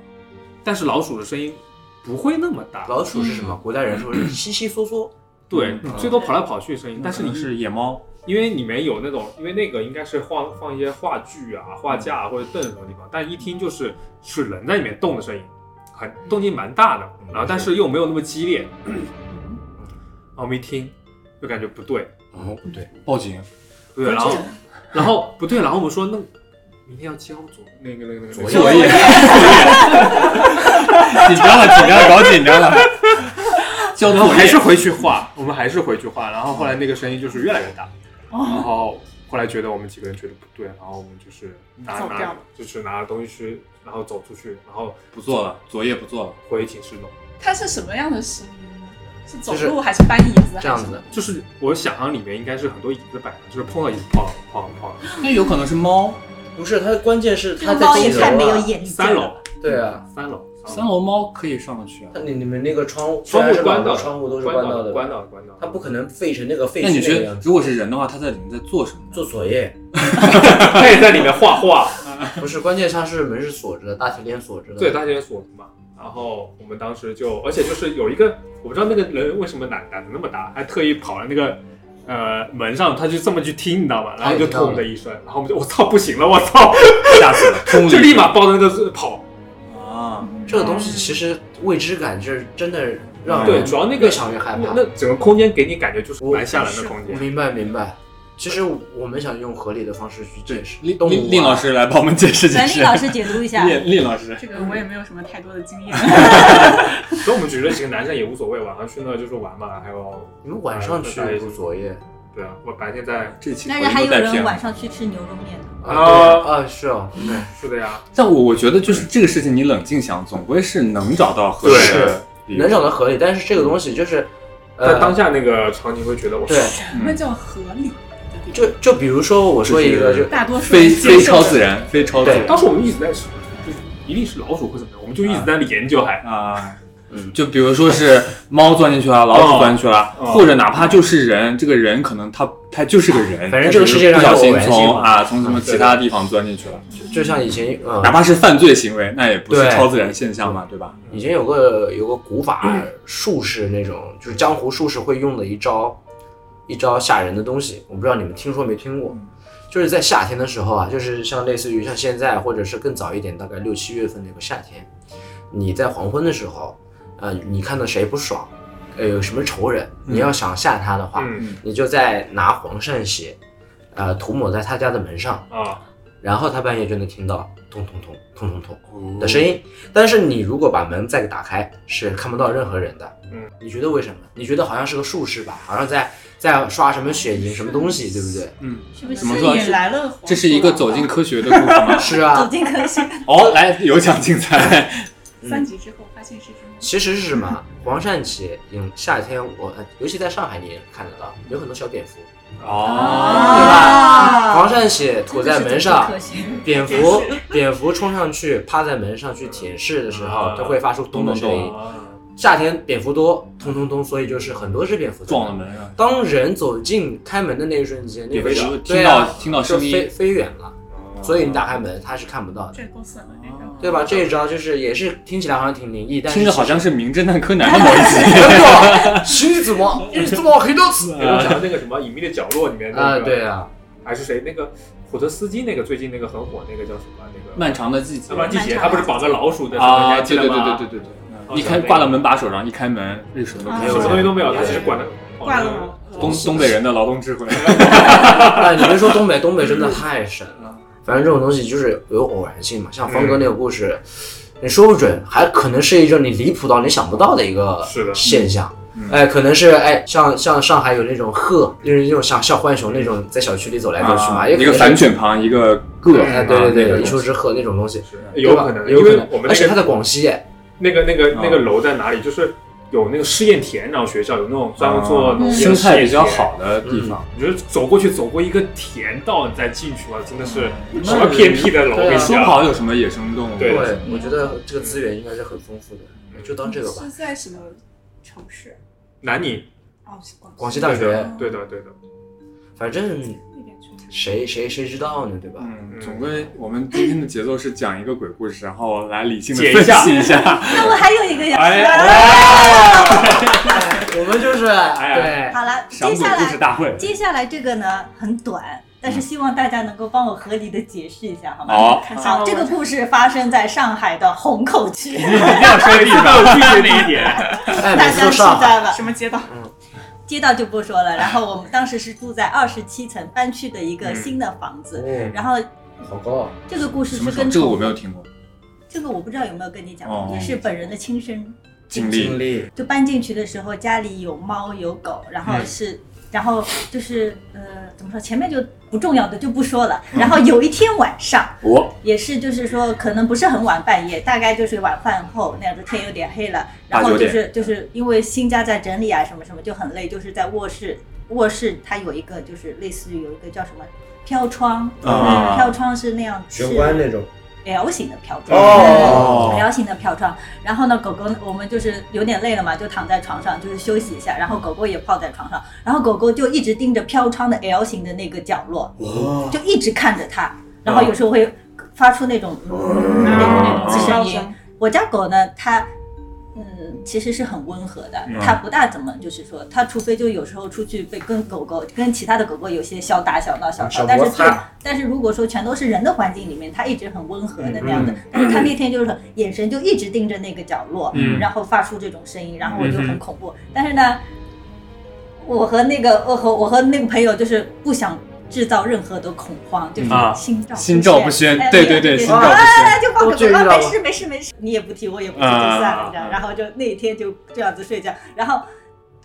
但是老鼠的声音不会那么大，
老鼠是什么？古代人说是窸窸窣窣，
对
嗯，
最多跑来跑去的声音。但是
可能
你
是野猫，
因为里面有那种，因为那个应该是放放一些话剧啊、画架、啊、或者凳子什么地方，但一听就是是人在里面动的声音，很动静蛮大的，然后但嗯是又没有那么激 烈。然后我们一听就感觉不对，
哦不对，
报警，
不对，然后然后不对，然后我们说那明天要交作那个那个那个
作
那个
业
夜，紧张了，紧张了，搞紧张了，交
然后
作
还
业
是回去画，我们还是回去画，然后后来那个声音就是越来越大，
哦
然后后来觉得我们几个人觉得不对，然后我们就是拿
嗯走掉
拿
了
就是拿东西去，然后走出去，然后
不做了，昨夜不做了，
回寝室弄。
它是什么样的声音？是走
就是
路还是搬椅子？
这样子的，
就是我想象里面应该是很多椅子摆的，就是碰到椅子晃晃晃。
那有可能是猫，
不是它，关键是
这
它
个
在
猫
几
也
楼
太没有
啊？
眼力见
三
了
楼，
对啊，
三楼，
三楼猫可以上得去啊
那。你你们那个窗户
窗户关
的，
到
窗户都是
关
到的，
关。到关到，
它不可能废成那个废
那你
墟那
觉
个
得
样子。
如果是人的话，他在里面在做什么呢？
做作业
他也在里面画画，
不是，关键是它是门是锁着的，大铁链锁着的。
对，，大家锁嘛。然后我们当时就，而且就是有一个，我不知道那个人为什么胆胆子那么大，还特意跑了那个呃门上，他就这么去听，你知道吧？然后就
哎
痛的一声，然后我们就我操不行了，我操，
吓死了，
就立马抱着那个呃跑。
啊！
这个东
嗯
西其实未知感就是真的让
对，
人
主要那
越
个
想越害
那
怕。
那整个空间给你感觉就是
我
蛮吓人的空
我
间。
明白明白。其实我们想用合理的方式去解释
令
动物啊
令令老，师来帮我们解释解
陈
释
丽。老师解读一下，
令令老师，
这个我也没有什么太多的经验，
所以我们觉得几个男生也无所谓，晚上去那就是玩嘛，还有
你们晚上去补作业
对啊，我白天在
这期
但是还有人晚
了。
上去吃牛肉面的，
啊对啊是哦，对，
是的呀，
但我我觉得就是这个事情，你冷静想，总归是能找到合适的理由
能。找到合理，但是这个东西就是，
在当
呃，
下那个场景会觉得我
对，
嗯
那叫合理的地方。
就就比如说我说一个
就是
就
大多数
非
人接
非
受
超
的
自然，非超自
对
然
当时我们一直在就是一定是老鼠或怎么样，我们就一直在那里研究还，
啊！
嗯
就比如说是猫钻进去了，老鼠钻进去了，
哦
或者哪怕就是人，这个人可能他他就是个人，
反正这个世界上
不小心
有偶然性
从
嘛
啊从什么其他地方钻进去了，
就像以前嗯
哪怕是犯罪行为，那也不是
对
超自然现象嘛，对吧？
以前有个有个古法术士那种，就是江湖术士会用的一招，一招吓人的东西，我不知道你们听说没听过。就是在夏天的时候啊，就是像类似于像现在，或者是更早一点，大概六七月份那个夏天，你在黄昏的时候，呃，你看到谁不爽，呃，有什么仇人，你要想吓他的话，
嗯
你就在拿黄鳝血，呃，涂抹在他家的门上，
啊，
然后他半夜就能听到咚咚咚咚咚咚。的声音。但是你如果把门再给打开，是看不到任何人的。
嗯，
你觉得为什么？你觉得好像是个术士吧？好像在在刷什么血银什么东西，对不对？
是不
怎么说
引来了？
这是一个走进科学的故事吗？
是
走
啊，
进科学，
哦，来有奖竞 猜，
三级之后发现是只猫。
其实是什么？黄鳝血影，夏天我呃尤其在上海你也看得到，有很多小蝙蝠。
哦，
黄鳝血涂在门上
啊这，就是走进科学
蝙蝠蝙蝠冲上去趴在门上去舔舐的时候，它会发出咚的声
嗯
音。
啊
夏天蝙蝠多，咚咚咚，所以就是很多只蝙蝠在
撞
那
了门啊！
当人走进开门的那一瞬间，那个
蝙
时
蝠
候
听到听到声音
飞飞远了，所以你打开门他是看不到的，
这够损了，这个。
对吧？这一招就是也是听起来好像挺灵异，但是
听着好像是《名侦探柯南》的某
其
一
实。
集。
真的，徐子墨，你怎么黑到 死
我想
啊
到那个什么《隐秘的角落》里面那
呃 啊？
个，
对，啊，
还是谁那个火车司机那个最近那个很火那个叫什么那个
漫长的季节
那么季节，他不是绑个老鼠在上面，你
嗯啊，
还记
对
得
对
吗
对对对对对，嗯一开挂到门把手上，一开门，那什么都
啊
没
什
有
么东西都没有，他
对
只是管他哦
挂了我
东东北人的劳动智慧，
哎，你别说东北，东北真的太神了。反正这种东西就是有偶然性嘛，像方
嗯
哥那个故事，你说不准，还可能是一种你离谱到你想不到的一个
是的
现象
嗯。
哎，可能是哎，像像上海有那种鹤，就是那种像像浣熊那种在小区里走来走去嘛，
啊
也可
啊一
能
个
是
反犬旁，一个个，
哎，对对
啊那
对，
个
一丘之貉那种东西，
有
对吧
可能，因
有可
为
能
我们
而
那
且他
个
在广西，哎
那个那个
啊
那个楼在哪里，就是有那个试验田，然后学校有那种专门做
嗯
嗯农业
嗯生
试验
态比较
田。
好的地方，
你觉得走过去，走过一个田道，你再进去哇，真的是
嗯
什么偏僻的楼？
对啊
我跟你
说
讲
不好有什么野生动物。
对的
我觉得这个资源应该是很丰富的，就当这个吧。
是在什么城市？
南宁，
哦，是
广
广
西
西哦
大学，
对的对的，
反正
那边去。
谁谁谁知道呢，对吧？
嗯，总归我们今天的节奏是讲一个鬼故事，然后来理性的
解一
分
下
析一 下。哎
那我还有一个呀。
我们就是
哎
对，
好了，
讲
接
鬼
下
故事
来
大会。
接下来这个呢很短，但是希望大家能够帮我合理的解释一下，好吗？
好，
看
好，这个故事发生在上海的虹口区，
一定要说一次都有拒绝那一点。
大
哎，每
家
次
期
上海，
待吧。
什么街道？
街道就不说了，然后我们当时是住在二十七层搬去的一个新的房子，
嗯，
然后
好高啊！
这个故事
什
是
么时候？
跟
这个我
宠
没有听过
这个我不知道有没有跟你讲过，
哦
也是本人的亲身
经历。
经历，
就搬进去的时候，家里有猫有狗，然后是，然后就是呃，怎么说？前面就不重要的就不说了。 然后有一天晚上，
我
也是就是说，可能不是很晚，半夜大概就是晚饭后那样子，天有点黑了，然后就是就是因为新家在整理啊什么什么就很累，就是在卧室，卧室它有一个就是类似于有一个叫什么飘窗，
啊
飘窗是那样是
那种，
L 型的飘窗。
哦
，L 型的飘窗，然后呢，狗狗我们就是有点累了嘛，就躺在床上就是休息一下，然后狗狗也泡在床上，然后狗狗就一直盯着飘窗的 L 型的那个角落，
哦，
就一直看着它，然后有时候会发出那种嗯那种声
嗯
音。我家狗呢，它嗯其实是很温和的，
嗯
它不大怎么就是说，它除非就有时候出去被跟狗狗跟其他的狗狗有些小打小闹
嗯
小
小
吵，但是
摩擦
最但是如果说全都是人的环境里面，它一直很温和的那样子，但是它那天就是眼神就一直盯着那个角落，
嗯
然后发出这种声音，然后我就很恐怖，但是呢。我和那个我和我和那个朋友就是不想制造任何的恐慌，就是
啊
心照
心照不宣
哎，
对
没
对
有没
对，心
有
照不宣。
就放
我
个
就
狗
遇
啊，
到
没
过
事没事没事，你也不提我也不提就
啊
算了这
啊
样，
啊
然后就那一天就这样子睡觉，然后。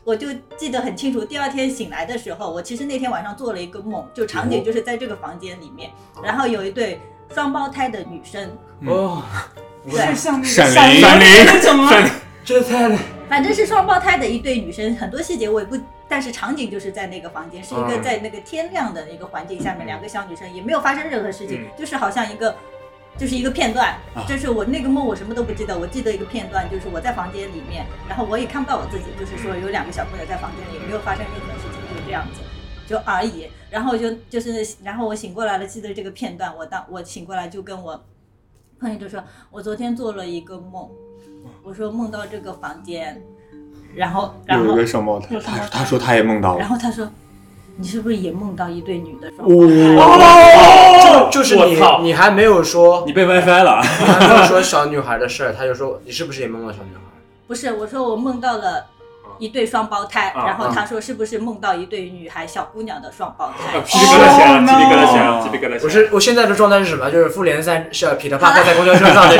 我就记得很清楚，第二天醒来的时候，我其实那天晚上做了一个梦，就场景就是在这个房间里面，然后有一对双胞胎的女生，
哦，
不是像那个
闪灵
闪灵
那种吗？
这太
反正是双胞胎的一对女生，很多细节我也不，但是场景就是在那个房间，是一个
嗯
在那个天亮的一个环境下面，两个小女生也没有发生任何事情，
嗯
就是好像一个就是一个片段
啊，
就是我那个梦我什么都不记得，我记得一个片段，就是我在房间里面，然后我也看不到我自己，就是说有两个小朋友在房间里，没有发生任何事情，就这样子，就而已。然后我就就是，然后我醒过来了，记得这个片段，我当我醒过来就跟我朋友就说，我昨天做了一个梦，
嗯
我说梦到这个房间，然后然
有一
后
个双胞胎，他说他说他也梦到
然
了，
后他说，你是不是也梦到一对女的双胞胎？
哦
就就是
我
你
操，
你还没有说，
你被 WiFi 了，
你还没有说小女孩的事儿，他就说你是不是也梦到小女孩？
不是，我说我梦到了一对双胞胎，
嗯啊
然后他说是不是梦到一对女孩小姑娘的双胞胎？
啊，鸡皮疙瘩起来了，鸡皮疙瘩起来
哦
了，鸡皮疙瘩起来了。
我是我现在的状态是什么？就是复联三是要噼里啪啦在公交车上那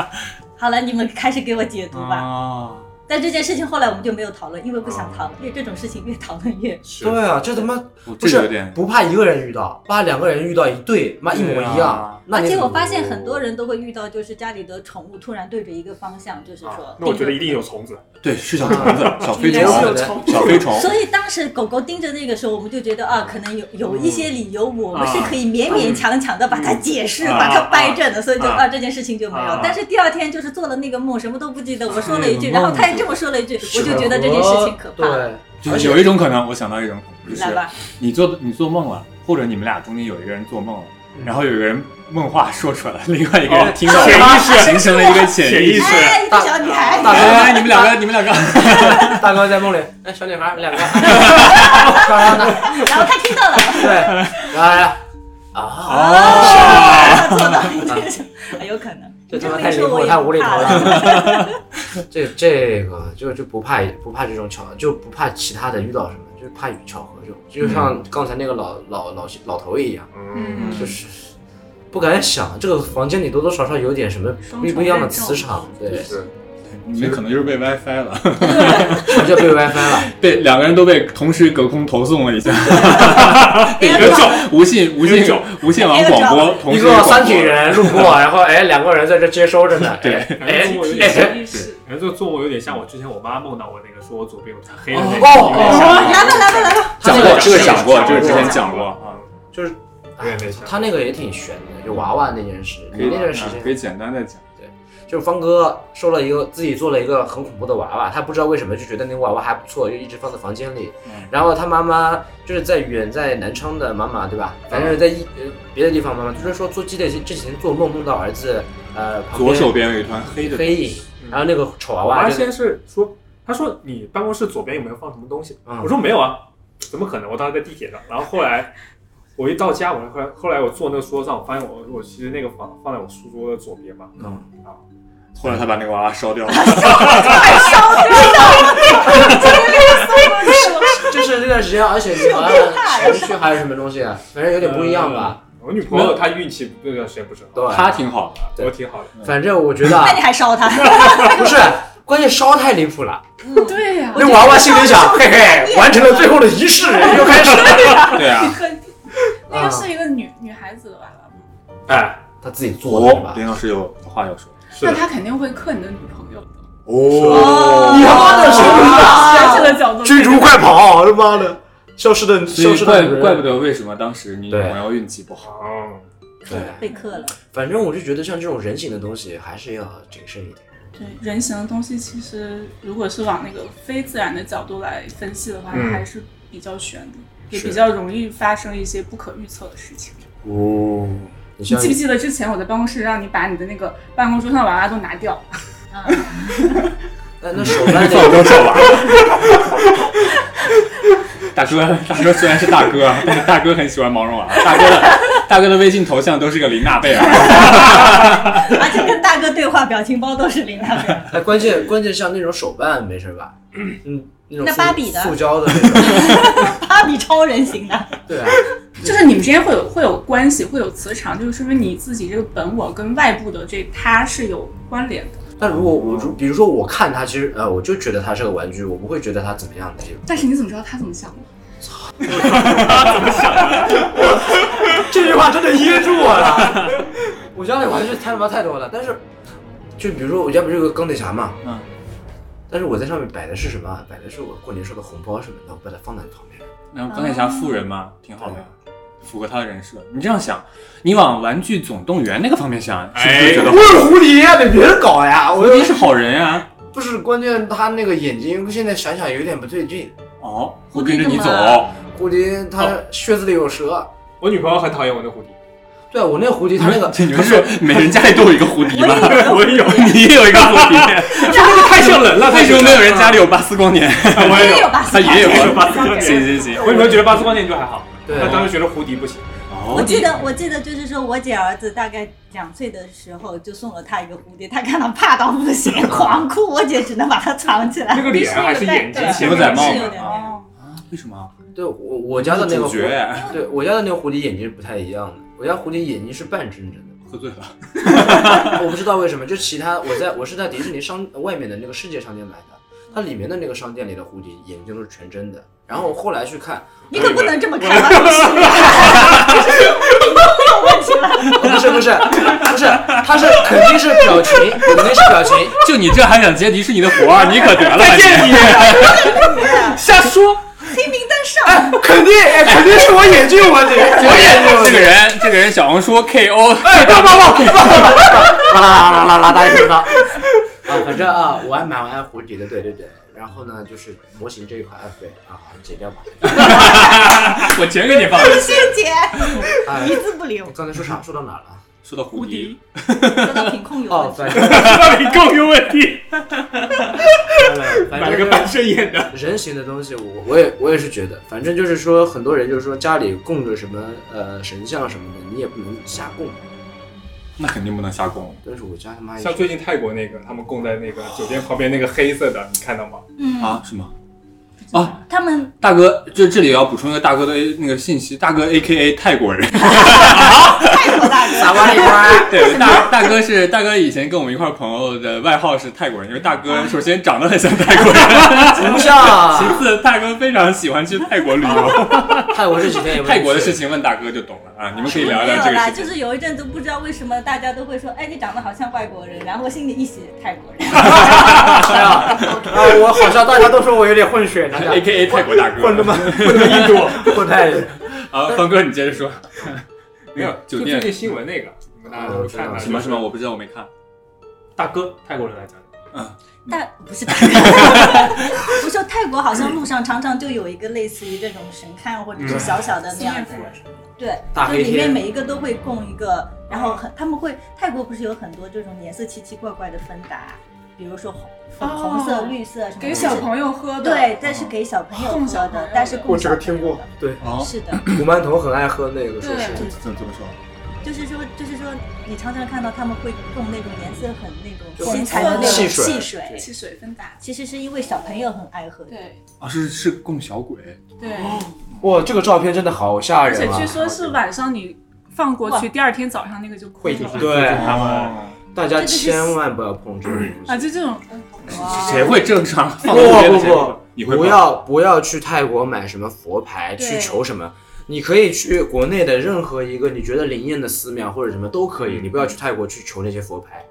种。
好了，你们开始给我解读吧。
啊，
但这件事情后来我们就没有讨论，因为不
啊
想讨论，因为这种事情越讨论越……
是
对啊，这他妈
我
不
这个有
是
点
不怕一个人遇到，怕两个人遇到一对，妈一模一
对
样
啊。
那
而
你
且
怎么
我
哦
发现很多人都会遇到，就是家里的宠物突然对着一个方向，就是说
啊，那我觉得一
盯
定
着。
有虫子。
对，是小虫子，
啊
小飞
应该是有
虫，
虫。
小飞虫，
所以当时狗狗盯着那个时候，我们就觉得啊，可能有有一些理由，我们是可以勉勉强强的把它解释、
嗯
把它掰正的，所以就
啊
啊这件事情就没有
啊。
但是第二天就是做了那个梦，什么都不记得，我说了一句，
嗯
然后他也这么说了一句，我就觉得这件事情可怕了。
对，
就是有一种可能，我想到一种可能，就是
来吧，
你做你做梦了，或者你们俩中间有一个人做梦了，
嗯
然后有个人梦话说出来，另外一个
哦
人听到了，
潜意识
形成了一个
潜
意
意识
哎，一个小女孩，
大
哎哎，你们两个，你们两个，
大哥在梦里，哎，小女孩两个，干啥呢？
然后他听到了，
对，然后啊，
啊，做到一件事，有可能。
这
你这
他妈
么
太
一
离
说，
谱
我
了，
也
太无厘
不
头
怕了。
了。 这这个就就不怕不怕这种巧，就不怕其他的遇到什么，就怕与巧合这种，就像刚才那个老老老老头一样，
嗯，
嗯
就是不敢想这个房间里多多少少有点什么不不一样的磁场，对，
是
你们可能就是被 WiFi 了，
什么 叫被 WiFi 了？
被两个人都被同时隔空投送了一下，
别
一个
搞
叫无线无线
一个叫
无线网广播， 同
一
时
个
广播
三体，人路过，然后哎，两个人在这接收着呢。
对
哎
哎
哎
中国有点
哎，
潜意识，
反正这个做梦有点像我之前我妈梦到我那个，说我左边有滩黑的那个，
哦
有点像
哦，
来吧，来吧，来吧，
讲过这个讲过，
讲过
这个之前讲过，啊，
就是
有点像
他那个也挺悬的，就娃娃那件事，
可以嗯
那段时
可
间
以简单的讲，
就是方哥收了一个自己做了一个很恐怖的娃娃，他不知道为什么就觉得那个娃娃还不错，就一直放在房间里。
嗯
然后他妈妈就是在远在南昌的妈妈，对吧？反
嗯
正是在一呃别的地方妈妈，就是说做记得这几天做梦梦到儿子呃旁边
左手边有一团黑的，
黑影，然后那个丑娃
嗯我
娃
妈
就
先是说，她说你办公室左边有没有放什么东西？
嗯
我说没有啊，怎么可能？我当时在地铁上，然后后来我一到家，我后来后来我坐那个桌上，我发现我我其实那个放放在我书桌的左边嘛，
嗯
啊，
后来他把那个娃娃烧掉了，
就是那段时间，而且你好 像前区还是什么东西，啊反正有点不一样吧。
我女朋友她运气那段时间不是很好，
对，
他挺好的，
对
我挺好的。
反正我觉得啊
那你还烧他？
不是，关键烧太离谱了。
对呀，
那娃娃心 里想，嘿嘿，完成了最后的仪式，又开始了。
对啊，
那个是一个女女孩子的娃娃，
哎，
他自己做的是
哦
吧，？
林老师有话要说，
是
那
的，
她肯定会克你的女朋友的。
哦
妈的，谁
男生的 角度，
追逐快跑，他妈的，消失的
所
消
以
失
怪
的，
怪不。得为什么当时你女
对
朋友运 气不好。
哦，
对，
被克了，
反正我就觉得像这种人形的东西还是要谨慎一点。
对人形的东西，其实如果是往那个非自然的角度来分析的话，
嗯
还是比较悬的，也
是
比较容易发生一些不可预测的事情。
哦，你
你
像
记不记得之前我在办公室让你把你的那个办公桌上的娃娃都拿掉？
哎那那手办
放
得
多少啊？ 大哥，大哥虽然是大哥，啊但是大哥很喜欢毛绒娃、大哥的大哥的微信头像都是个林娜贝尔，
而且跟大哥对话，表情包都是林大哥。
哎，关键关键像那种手办没事吧？嗯，那种
那
塑
芭比的
塑胶的那种，
芭比超人型的，
对啊，
就是你们之间会有会有关系，会有磁场，就是说明你自己这个本我跟外部的这它是有关联的。
但如果我如比如说我看它，其实呃，我就觉得它是个玩具，我不会觉得它怎么样的。
但是你怎么知道他怎么想的？
这句话真的噎住我了。 我家里玩具太他妈太多了，但是就比如说我家不是有个钢铁侠嘛，
嗯，
但是我在上面摆的是什么啊？摆的是我过年收的红包什么的，我把它放在旁边。
然后钢铁侠富人嘛，挺好的。符合他的人设。你这样想，你往《玩具总动员》那个方面想，是不
哎
是觉得
不是狐狸呀、得别人搞呀！
狐
我
狸是好人啊呀、
不是关键，他那个眼睛现在想想有点不对劲。
哦，
狐
我
狸
跟着你走
干嘛，
狐狸它靴子里有蛇。
我女朋友很讨厌我那狐狸，
对我那狐狸，它那 个
你们是每人家里都有一个胡迪吗？
我也有，
你也有一个胡迪，
太像人了，
为
太
什么没有人家里有巴斯光年？
像人了？我也
也
有
有，吧？
哎他也有
我也有
巴
巴
斯
斯
光
光
年，
年
行行行，
我女朋友觉得八斯光年就还好，
对
她当时觉得胡迪不行。
我
哦，
记得，我记得就是说我姐儿子大概两岁的时候就送了她一个蝴蝶，她看到怕到不行，狂哭，我姐只能把它藏起来。
这个脸
啊
还是眼睛前
牛
面
仔帽
是有
嘛
点
啊？
哦，
为什么？
对我我家的那个
主
狐，
角哎
对我家的那个狐狸眼睛是不太一样的。我家狐狸眼睛是半睁着的，
喝醉了，
我不知道为什么。就其他我在我是在迪士尼商外面的那个世界商店买的，它里面的那个商店里的狐狸眼睛都是全睁的。然后后来去看，
你可不能这么看吧？你是有问题了。
哦不是不是不是，它是肯定是表情，肯定是表情。
就你这还想接迪士尼的活 儿，你可得了！
再 见你，瞎说。
黑名单上，
肯定，哎，肯定是 我眼睛有问题，
这个人，这个人，这个人，小红书 KO，
啦啦啦啦啦，大家知道。啊，反正啊，我还蛮爱蝴蝶的，对对对。然后呢，就是模型这一块，哎，对啊，剪 掉吧。
我全给你放。
必须姐
哎
一，字不留
我，刚才说啥？说到哪了？
说到胡迪，
说到品控有
哦，
问题。
反正
到底更有问题，
反
买了个
正
半身眼的。
人形的东西，我我也我也是觉得，反正就是说，很多人就是说家里供着什么呃神像什么的，你也不能瞎供。
那肯定不能瞎供。
但是我家他妈也
像最近泰国那个，他们供在那个酒店旁边那个黑色的，你看到吗？
嗯，
啊？是吗？
他们
啊大哥，这这里要补充一个大哥的那个信息，大哥 A K A 泰国 人，
泰国大哥
撒哇啦哇，
对，大大哥是大哥以前跟我们一块儿朋友的外号是泰国人，因为大哥首先长得很像泰国人，
不像。
其次大哥非常喜欢去泰国旅游，
泰国这几天也不能
泰国的
去
事，情啊问大哥就懂了啊， 你们可以
没
聊
有
一聊这个
啦，
事
就
情。
是有一阵子不知道为什么大家都会说，哎，你长得好像外国人，然后心里一写泰国人。
哎呀，啊，我好像大家都说我有点混血，大家
啊 A K A 泰国大哥，
混的吗？混的印 度，混太
啊，方哥你接着说。
没有，就
酒
哦
店
最近新闻那个，你们大家都
啊
看了
什么什么，？我不知道，我没看。
大哥，泰国人来讲，
嗯
但不是大哥， 我说泰国好像路上常常就有一个类似于这种神龛或者是小小的那样子，对，
嗯大
就是
黑
里面
天。
每一个都会供一个，
嗯
然后很他们会泰国不是有很多这种颜色奇奇怪怪的芬达，比如说红粉
哦
红色、绿色什么的，
给小朋友喝的，
对，这是给小朋友
供
喝
小朋友
的
的，
但是供小朋友的
对，
哦，
是的，
古曼童很爱喝那个，说
对
是
怎么怎么说？
就是说，就是说，你常常看到他们会供那种颜色很那
就
种
是
七彩的那种
汽水
汽水，
汽水芬达，
其实是因为小朋友很爱喝。
对
啊，是是供小鬼，
对，
哇，这个照片真的好吓
而且
哦人啊！
据说是晚上你放过去，第二天早上那个就
会
亏
就是
了
对
他们
哦
大家千万不要碰这种
啊，
东西。
就这种
哇
谁会正常放
不
路边的
不
谁会
不，
你会
不
吗
要不要去泰国买什么佛牌，
对
去求什么。你可以去国内的任何一个你觉得灵验的寺庙或者什么都可
嗯
以，你不要去泰国去求那些佛牌。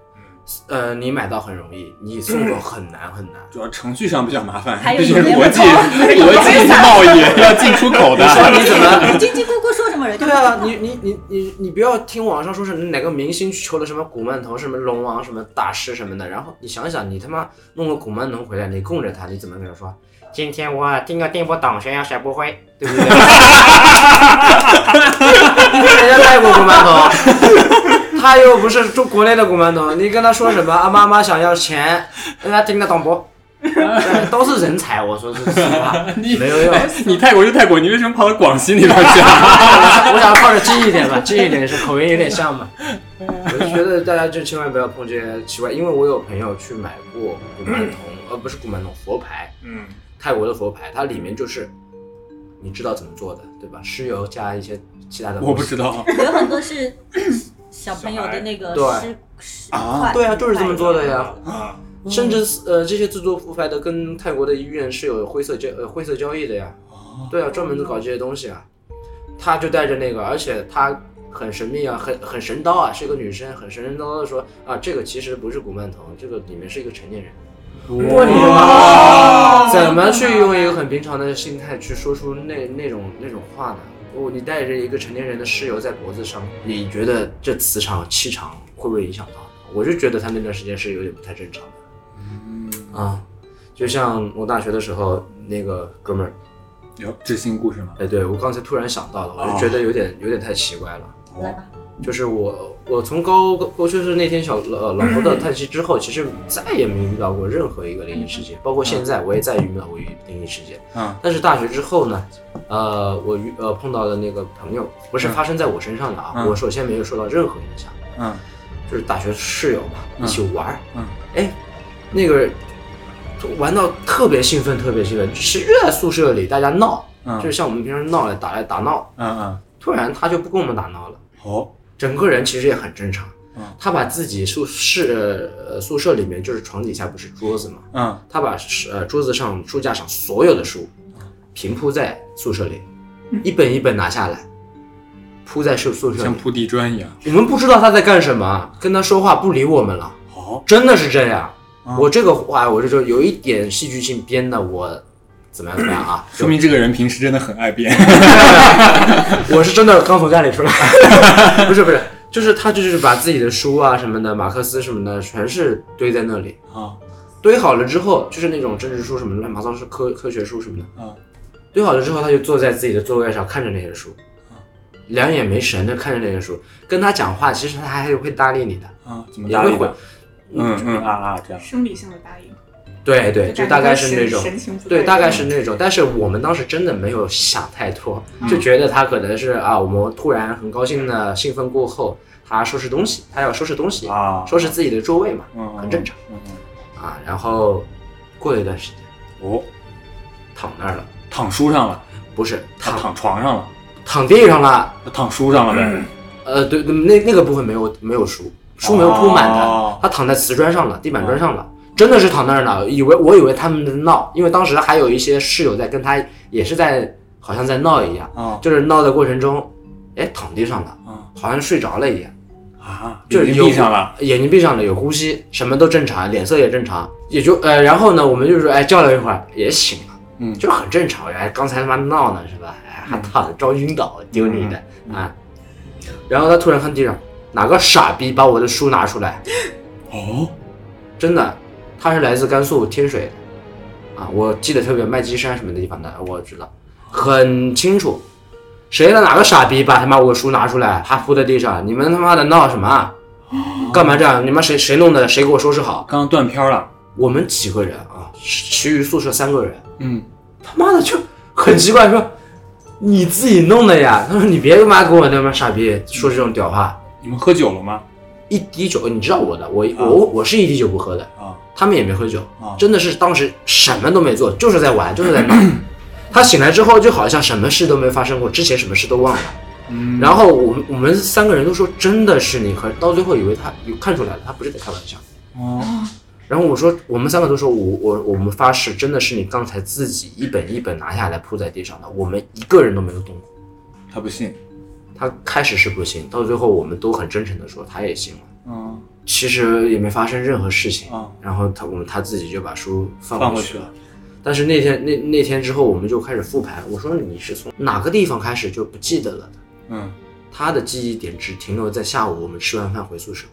呃，你买到很容易，你送走很难很难。
主要程序上比较麻烦，
还有
毕竟
你
是
没有
国际
搞
国际贸易要进出口的。
说 你怎么？
你 叽叽咕咕说什么人？
对啊，你你你你你不要听网上说是哪个明星去求了什么古曼童、什么龙王、什么大师什么的，然后你想想，你他妈弄个古曼童回来，你供着他，你怎么跟他说？今天我定个电波党，谁呀谁不会，对不对？ 你看人家泰国古曼童，他又不是中国内的古曼童，你跟他说什么啊？妈妈想要钱，人家听得懂不？ 对都是人才，我说是实话，
你
没有用。
你泰国就泰国，你为什么跑到广西那边去 啊？
我想靠着近一点吧，近一点是口音有点像嘛。我就觉得大家就千万不要碰这些奇怪，因为我有朋友去买过古曼童，呃，不是古曼童佛牌，
嗯，
泰国的佛牌，它里面就是你知道怎么做的，对吧？尸油加一些其他的，
我不知。道，
有很多 是小朋友的那个
对
石石
啊
块，
对啊，就是这么做的呀。
啊，
甚至是呃，这些制作佛牌的跟泰国的医院是有灰色交呃灰色交易的呀。
哦
对啊，专门搞这些东西啊。他就带着那个，而且他很神秘啊，很很神叨啊，是一个女生，很神神叨叨的说啊，这个其实不是古曼童，这个里面是一个成年人。我你妈！怎么去用一个很平常的心态去说出那那种那种话呢？我你带着一个成年人的尸油在脖子上，你觉得这磁场气场会不会影响到？我就觉得他那段时间是有点不太正常的啊。就像我大学的时候，那个哥们儿，
有知心故事吗？
哎，对我刚才突然想到了，
哦
我就觉得有点、有点太奇怪了。
来吧，
就是我我从高高就是那天小老老头
嗯
的叹息之后，其实再也没遇到过任何一个灵异事件，包括现
嗯
在我也再也遇不到过灵异事件。
嗯，
但是大学之后呢，呃，我遇呃碰到的那个朋友，不是发生在我身上的啊，
嗯
我首先没有受到任何影响，
嗯
就是大学室友嘛，
嗯
一起玩儿，
嗯，
哎，那个就玩到特别兴奋，特别兴奋，是越在宿舍里大家闹，
嗯
就是像我们平时闹来打来打闹，
嗯嗯，哦
突然他就不跟我们打闹了。
好，
整个人其实也很正常
嗯。
他把自己宿室呃宿舍里面就是床底下不是桌子嘛，
嗯
他把呃桌子上书架上所有的书
嗯
平铺在宿舍里，一本一本拿下来，铺在宿宿舍
像
里。
铺地砖一样。
我们不知道他在干什么，跟他说话不理我们了，
好，
真的是这样。
嗯
我这个话我就说有一点戏剧性编的，我怎么样怎么样啊？
说明这个人平时真的很爱变。
我是真的刚从家里出来， 不是不是，就是他就是把自己的书啊什么的，马克思什么的，全是堆在那里，
啊
堆好了之后，就是那种政治书什么的，马上是科科学书什么的，
啊
堆好了之后，他就坐在自己的座位上看着那些书，
嗯
两眼没神的看着那些书，跟他讲话，其实他还是会搭理你的，
啊！怎么
也
搭
会
理
回
的？，嗯嗯啊啊，这样。
生理性的答应，
对对，就大概是那种
神。神情不
对，
对
大概是那种，但是我们当时真的没有想太多，
嗯
就觉得他可能是啊，我们突然很高兴的兴奋过后，他收拾东西，他要收拾东西，
啊，
收拾自己的座位嘛
嗯，
很正常。
嗯嗯
啊。然后过了一段时间，
哦，
躺那儿了，
躺书上了，
不是
他
躺
躺床上了，
躺地上了，
他躺书上了呗。
呃，对，那那个部分没有没有书，书没有铺满
哦
的，他躺在瓷砖上了，地板砖上了。真的是躺那儿呢，以为我以为他们在闹，因为当时还有一些室友在跟他也是在好像在闹一样，
啊
就是闹的过程中，哎，躺地上了，
啊
好像睡着了一样，
啊！
就是
眼睛
有
闭上了。
眼睛闭上了，有呼吸，什么都正常，脸色也正常，也就呃，然后呢，我们就说，哎，叫了一会儿也醒了，
嗯
就很正常。哎，刚才他妈闹呢是吧？哎，还躺着装晕倒，丢你的、
嗯
啊！然后他突然看地上，哪个傻逼把我的书拿出来？
哦，
真的，他是来自甘肃天水的啊，我记得特别，麦积山什么地方的，我知道很清楚。谁的哪个傻逼把他妈我书拿出来，还铺在地上？你们他妈的闹什么啊？干嘛这样？你们谁谁弄的？谁给我收拾好？
刚刚断片了。
我们几个人啊，其其余宿舍三个人，
嗯
他妈的就很奇怪，说你自己弄的呀。他说你别他妈跟我他妈傻逼说这种屌话，
你们喝酒了吗？
一滴酒，你知道我的，我我我是一滴酒不喝的，
啊
他们也没喝酒
啊，
真的是当时什么都没做，就是在玩，就是在 闹。他醒来之后就好像什么事都没发生过，之前什么事都忘了。
嗯
然后我们我们三个人都说真的是你喝，到最后以为他有看出来了，他不是在开玩笑。
哦
然后我说，我们三个都说，我我我们发誓，真的是你刚才自己一本一本拿下来铺在地上的，我们一个人都没有动过。
他不信。
他开始是不信，到最后我们都很真诚的说他也信了，
嗯
其实也没发生任何事情。
啊
然后他我们他自己就把书
放
嗯放
回
回
去
去
了
了。但是那天那那天之后，我们就开始复盘。我说你是从哪个地方开始就不记得了的？
嗯，
他的记忆点只停留在下午我们吃完饭回宿舍。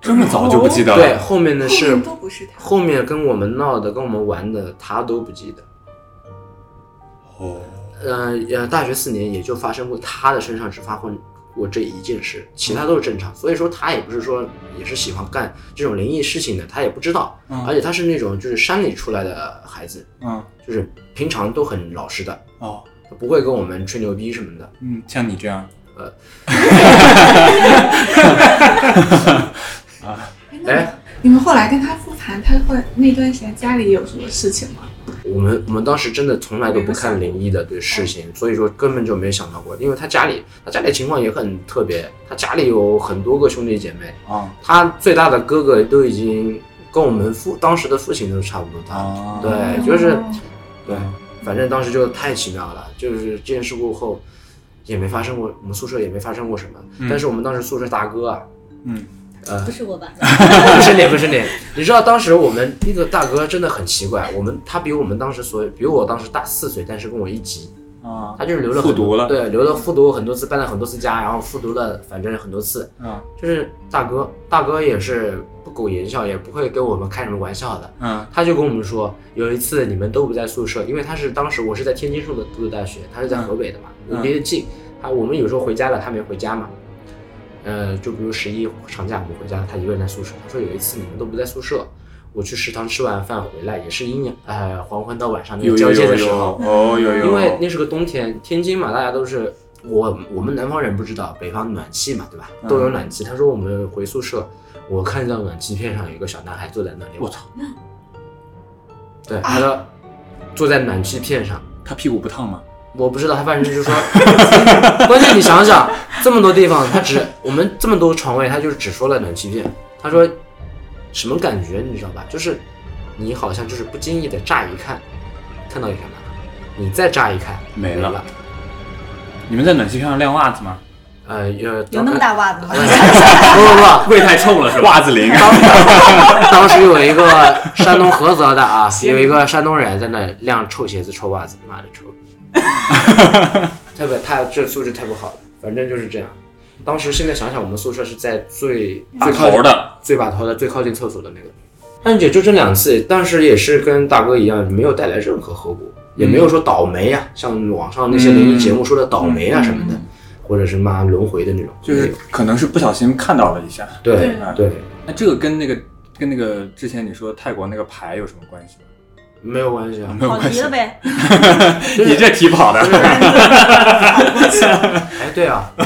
这么早就不记得
对，
了。
后面的
后
是
面都不是他，
后面跟我们闹的、跟我们玩的，他都不记得。
哦，
呃呃，大学四年也就发生过他的身上只发生过这一件事，其他都是正常。所以说他也不是说也是喜欢干这种灵异事情的，他也不知道。
嗯
而且他是那种就是山里出来的孩子，
嗯
就是平常都很老实的，
哦，
他不会跟我们吹牛逼什么的。
嗯，像你这样。
哎那
哎
你们后来跟他复盘，他后来那段时间家里有什么事情吗？
我们我们当时真的从来都不看灵异的对事情，所以说根本就没想到过。因为他家里他家里情况也很特别，他家里有很多个兄弟姐妹，
啊
他最大的哥哥都已经跟我们父当时的父亲都差不多大了。
啊
对，哎就是
哦
对，反正当时就太奇妙了，就是这件事故后也没发生过，我们宿舍也没发生过什么。
嗯
但是我们当时宿舍大哥啊，
嗯
呃
不，是我吧？
不是你，不是你，你知道当时我们那个大哥真的很奇怪，我们他比我们当时所比我当时大四岁，但是跟我一级，
啊
他就是留了很多
复读了
对，留了复读很多次，搬了很多次家，然后复读了，反正很多次。
嗯
就是大哥，大哥也是不苟言笑，也不会跟我们开什么玩笑的。
嗯
他就跟我们说，有一次你们都不在宿舍，因为他是当时我是在天津上的读的大学，他是在
嗯
河北的嘛，
嗯
离得近。他我们有时候回家了，他没回家嘛。呃，就比如十一长假我们回家，他一个人在宿舍。他说有一次你们都不在宿舍，我去食堂吃完饭回来，也是阴阳呃黄昏到晚上那
有
个
有
交接
有
的时
有
候，
哦有有，
因为那是个冬天，天津嘛，大家都是我我们南方人不知道，北方暖气嘛，对吧？
嗯
都有暖气。他说我们回宿舍，我看到暖气片上有一个小男孩坐在那里，
我操，
对，
啊
他说坐在暖气片上，
他屁股不烫吗？
我不知道，他反正就是说， 关键你想想，这么多地方，他只我们这么多床位，他就是只说了暖气片，他说什么感觉你知道吧？就是你好像就是不经意的乍一看，看到一个小男孩，你再乍一看
没了
了。
你们在暖气片上晾袜子吗？
呃，有
有那么？大袜子吗？
不不
胃太冲了是吧？
袜子啊林，
不， 当时有一个山东菏泽 的啊，有一个山东人在那晾臭鞋子、臭袜子，妈的 臭！特别，他这素质太不好了，反正就是这样。当时现在想想，我们宿舍是在最
打
最靠近
头的，
最把头的、最靠近厕所的那个。但也就这两次，当时也是跟大哥一样，没有带来任何后果，也
嗯
没有说倒霉啊，像网上那些灵异节目说的倒霉啊什么的，或者是妈轮回的那种，
嗯就是可能是不小心看到了一下。
对对，
那这个跟那个跟那个之前你说泰国那个牌有什么关系吗？
没有关系啊。
没有
跑
关
题
系
了，呗，
你这题 跑的。
哎，对啊，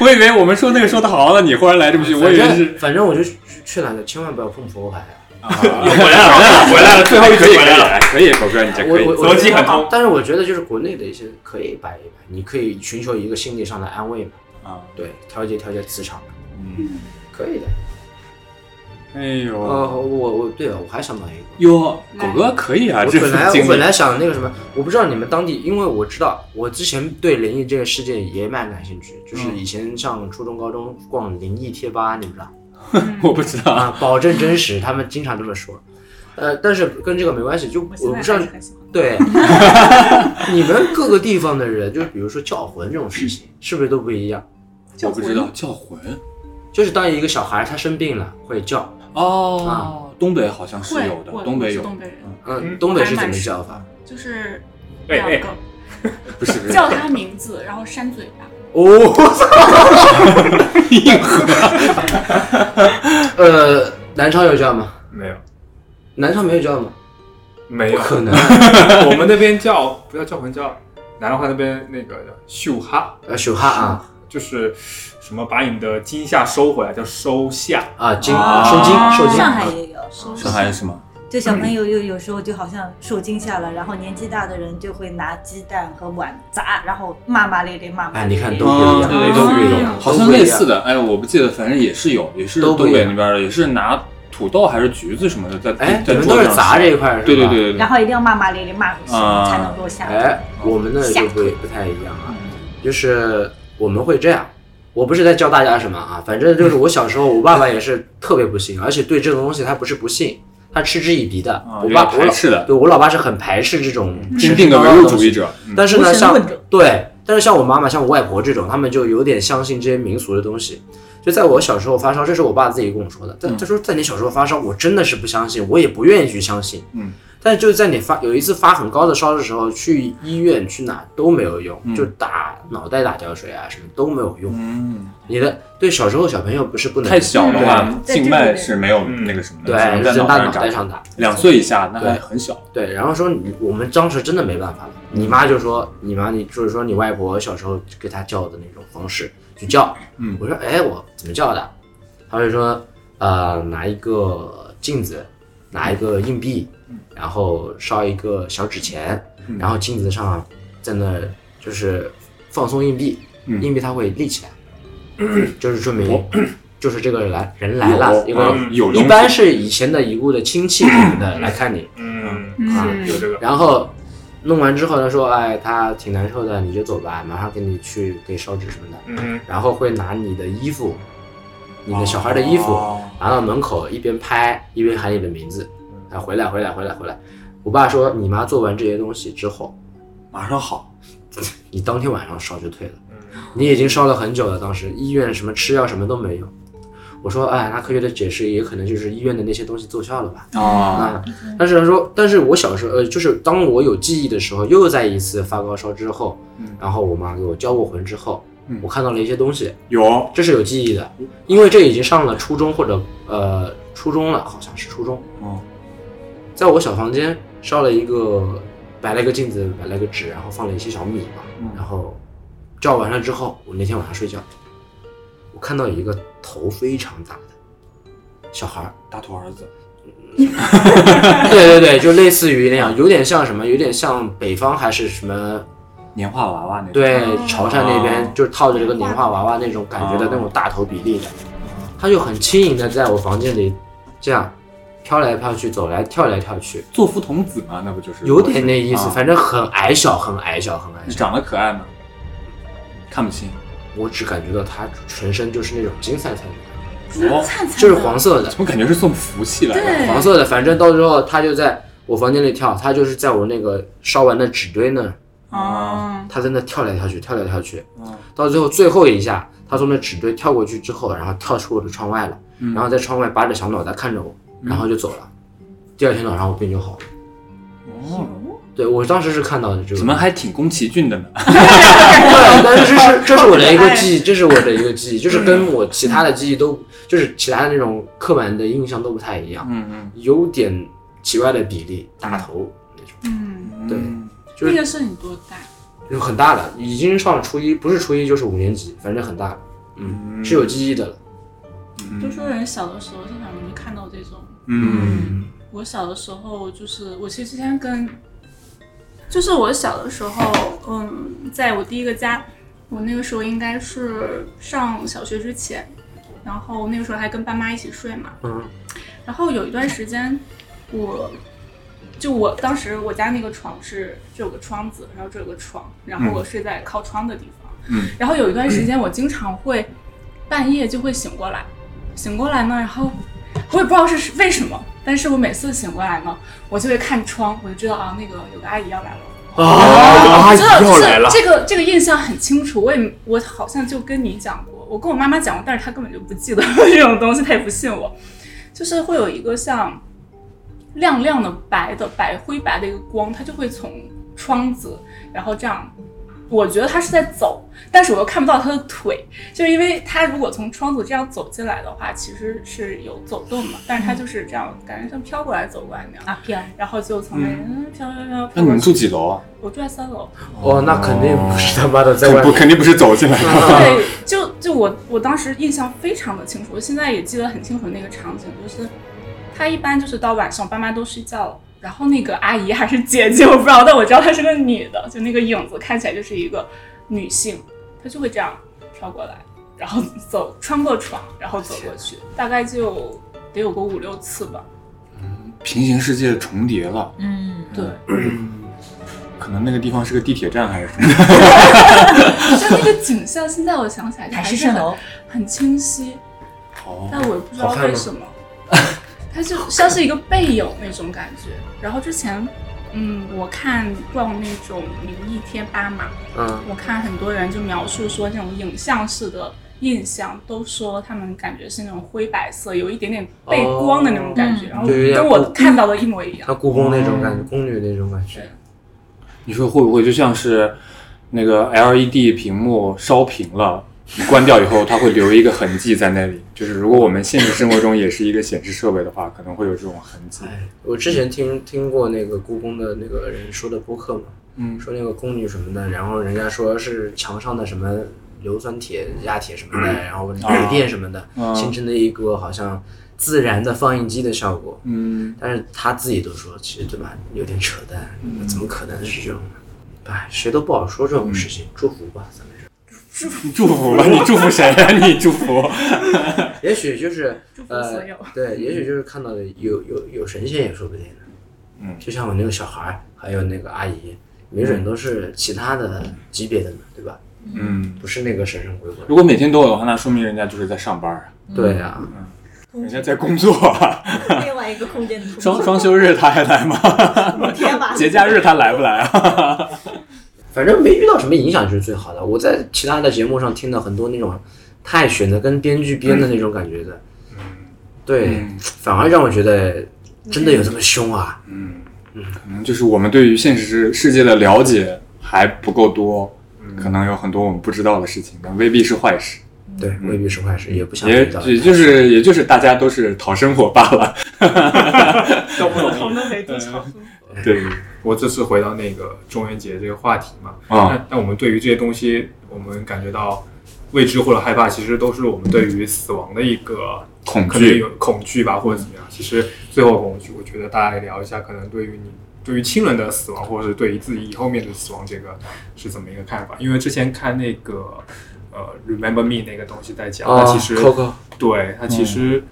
我以为我们说那个说的好好的，你忽然来这么句，我以为是
反正我就劝大家千万不要碰佛牌。啊
啊
回来了，回来了，回来了，最后一
可以
题
可
回来
以
了。
来可以，狗哥你这可
我
以
我。
逻辑很通
但是我觉得就是国内的一些可以摆一摆，你可以寻求一个心理上的安慰嘛，
啊，
对，调节调节磁场，
嗯，
可以的。
哎
哦，
呦
我我对啊，我还想到一个，
哟，狗哥可以啊，
我
这
本来
个
我
经
本
历
来想那个什么，我不知道你们当地，因为我知道我之前对灵异这个事件也蛮感兴趣，就是
嗯
以前上初中高中逛灵异贴吧，你们知道。
嗯
我不知 道，
啊，保证真实，他们经常这么说。呃，但是跟这个没关系，就
我
我
现
不知
在
道
还是，很喜欢。
对， 你们各个地方的人，就是比如说叫魂这种 事情，是不是都不一样？
我不知道叫魂
就是当一个小孩他生病了会叫，
哦，东北好像是
会
有的
我，
东
我
北
是
有，
东北人
嗯
嗯，
嗯
东北是怎么叫法？
就是
哎
两
哎
个
不是不是
叫他名字，然后扇嘴巴。
哦，
硬核，
呃，南昌有叫吗？
没有，
南昌没有叫吗？
没
不
有，
可能，啊
我们那边叫不叫叫魂叫，南昌话那边那个叫秀哈，
呃，手哈啊
就是什么把你的惊吓收回来叫收下，
啊，金
哦
受惊受惊
上海
啊，
也有。
上海是吗？
就小朋友有有时候就好像受惊吓了，然后年纪大的人就会拿鸡蛋和碗砸，然后骂骂咧咧，骂骂
哎，
咧
你
咧。
看都
哦
不一样，
对
都
都
不
不
一
一
样，
啊
样
好像类似的，哎，我不记得，反正也是有，也是
都
东
不一样
北那边的，也是拿土豆还是橘子什么的，在
哎，你
在
们
桌
都
子
是
上
砸
吃
这一块是吧？
对对对对对
然，后一定要骂骂咧咧骂回去，
啊
才能落下。
哎，我们那就不不太一样啊，就是我们会这样。我不是在教大家什么啊，反正就是我小时候，我爸爸也是特别不信，而且对这种东西他不是不信，他嗤之以鼻的。
啊
我
有
爸
点
我老
排斥的
对我老爸是很排斥这种
坚定的唯物主义 者，嗯
但是呢，
无神
像
论者
对，但是像我妈妈、像我外婆这种，他们就有点相信这些民俗的东西。就在我小时候发烧，这是我爸自己跟我说的。他
嗯
他说，在你小时候发烧，我真的是不相信，我也不愿意去相信。
嗯，
但是就是在你发有一次发很高的烧的时候，去医院去哪都没有用，就打脑袋打吊水啊什么都没有用。
嗯，
你的对小时候小朋友不是不能
太小的话，
对
静脉是没有那个什么的，
对
只能在
是
脑
大
上
脑袋
长。
上打。
两岁以下那还
对
很小，
对，然后说你我们当时真的没办法了，你妈就说你妈你就是说你外婆小时候给她叫的那种方式去叫，
嗯
我说哎我怎么叫的？她就说呃拿一个镜子，拿一个硬币，然后烧一个小纸钱，
嗯
然后镜子上在那就是放松硬币，
嗯
硬币它会 立起来，就是说明就是这个来人来了，因
有
为
嗯有
一
东
般
西
是以前的已故的亲戚什么 的来看你。
嗯，
嗯，
有这个，
然后弄完之后，他说：“哎，他挺难受的，你就走吧，马上给你去给烧纸什么的。
嗯”
然后会拿你的衣服，你的小孩的衣服、
哦
拿到门口，一边拍一边喊你的名字，啊，回来，回来，回来，回来。我爸说，你妈做完这些东西之后，
马上好。
你当天晚上烧就退了。
嗯，
你已经烧了很久了，当时医院什么吃药什么都没有。我说，哎，那科学的解释也可能就是医院的那些东西奏效了吧？
啊，
啊，但是他说，但是我小时候，呃，就是当我有记忆的时候，又在一次发高烧之后，
嗯
然后我妈给我交过魂之后，
嗯
我看到了一些东西，
有
这是有记忆的，因为这已经上了初中或者呃初中了，好像是初中。
哦，
在我小房间烧了一个，摆了一个镜子，摆了一个纸，然后放了一些小米嘛，
嗯
然后照完了之后，我那天晚上睡觉，我看到有一个头非常大的小孩儿，
大头儿子，
对对对，就类似于那样，有点像什么，有点像北方还是什么，
年画娃娃那种。
对
哦，
潮汕那边就是套着这个年画娃娃那种感觉的
哦
那种大头比例的，他就很轻盈的在我房间里这样飘来飘去，走来跳来跳去，
作夫童子嘛，那不就是
有点那意思，
啊
反正很矮小，很矮小，很矮
你
小。
长得可爱吗？看不清，
我只感觉到他全身就是那种金灿灿的，
哦
灿灿
就是黄色的，
怎么感觉是送福气来啊了？
嗯
对
黄色的，反正到最后他就在我房间里跳，他就是在我那个烧完的纸堆那儿，
啊，
他在那跳来跳去，跳来跳去，
嗯
到最后最后一下，他从那纸堆跳过去之后，然后跳出我的窗外了，然后在窗外扒着小脑袋看着我，然后就走了。第二天早上我病就好了。
哦，
对我当时是看到的这个，
怎么还挺宫崎骏的呢？
对， 但是这是 这是我的一个记忆，这是我的一个记忆，就是跟我其他的记忆都，就是其他的那种刻板的印象都不太一样，
嗯
有点奇怪的比例，大头那种，
嗯，
嗯，
对
嗯
就
那
是
个是你多大？
就很大了，已经上初一，不是初一就是五年级，反正很大了，嗯，是有记忆的了，
嗯
都说人小的时候经常容易看到这种。
嗯
我小的时候就是，我其实之前跟，就是我小的时候，嗯，在我第一个家，我那个时候应该是上小学之前，然后那个时候还跟爸妈一起睡嘛，
嗯，
然后有一段时间，我就我当时我家那个床是这有个窗子，然后这有个床，然后我睡在靠窗的地方。
嗯。
然后有一段时间，我经常会半夜就会醒过来，醒过来呢，然后我也不知道是为什么，但是我每次醒过来呢，我就会看窗，我就知道啊，那个有个阿姨要来了。
啊
我知道，
又
就是
来了，
这个这个印象很清楚，我也我好像就跟你讲过，我跟我妈妈讲过，但是她根本就不记得这种东西，她也不信我。就是会有一个像亮亮的白的白灰白的一个光，它就会从窗子，然后这样，我觉得它是在走，但是我又看不到它的腿，就是因为它如果从窗子这样走进来的话，其实是有走动嘛，但是它就是这样，感觉像飘过来走过来那样，
啊飘，
然后就从那边嗯飘飘飘
那
飘
你
过
们住
去。
几楼啊？
我住在三楼。
哦，那肯定不是他妈的在外
不，
哦
面，
肯定不是走进来 的。
嗯
对，就就我我当时印象非常的清楚，我现在也记得很清楚那个场景，就是她一般就是到晚上，我爸妈都睡觉了，然后那个阿姨还是姐姐，我不知道，但我知道她是个女的，就那个影子看起来就是一个女性，她就会这样飘过来，然后走穿过床，然后走过去，大概就得有个五六次吧。
平行世界重叠了，
嗯，对，
可能那个地方是个地铁站还是什么？
就那个景象，现在我想起来就
海市
是
蜃
很
楼，
很清晰，
哦，
但我也不知道
好看吗
为什么， 它就像是一个背影那种感觉。然后之前，嗯，我看逛那种灵异贴吧嘛，
嗯，
我看很多人就描述说这种影像式的印象，都说他们感觉是那种灰白色，有一点点背光的那种感觉，
哦
然后
哦就有点
跟我
不
看到的一模一样。
像故宫那种感觉，宫女那种感觉，
你说会不会就像是那个 LED 屏幕烧屏了？你关掉以后，它会留一个痕迹在那里。 就是如果我们现实生活中也是一个显示设备的话，可能会有这种痕迹。
哎，我之前听听过那个故宫的那个人说的播客嘛，
嗯
说那个宫女什么的，然后人家说是墙上的什么硫酸铁、压铁什么的，然后雷电什么的，
嗯
形成的一个好像自然的放映机的效果。
嗯，
但是他自己都说，其实对吧，有点扯淡，怎么可能是这种的？哎，谁都不好说这种事情，祝福吧，咱们是。
你祝福 吧，你祝福谁呀、你祝福？
也许就是
祝福
呃
所有，
对，也许就是看到的有有有神仙也说不定呢。
嗯
就像我那个小孩儿，还有那个阿姨，没准都是其他的级别的呢，对吧？
嗯，
不是那个神神鬼鬼。
如果每天都有的话，那说明人家就是在上班啊，
对啊，
人家在工作啊。
另外一个空间的空间
双双休日他还来吗？
天吧
节假日他来不来啊？
反正没遇到什么影响就是最好的。我在其他的节目上听到很多那种太选的跟编剧编的那种感觉的，
嗯
对，反而让我觉得真的有这么凶啊！
可能嗯就是我们对于现实世界的了解还不够多，可能有很多我们不知道的事情，但未必是坏事，
对，未必是坏事，也不
嗯
想
也
遇到。
也就是也就是大家都是讨生活罢了。
要不懂。
红灯没多少。
对，
我这次回到那个中元节这个话题嘛，
啊
但但我们对于这些东西，我们感觉到未知或者害怕，其实都是我们对于死亡的一个
恐
可能
惧
有恐惧吧，或者怎么样。其实最后恐惧，我觉得大家来聊一下，可能对于你对于亲人的死亡，或者是对于自己以后面对死亡这个是怎么一个看法？因为之前看那个呃《Remember Me》那个东西在讲，
啊
它其实
Coco
对它其实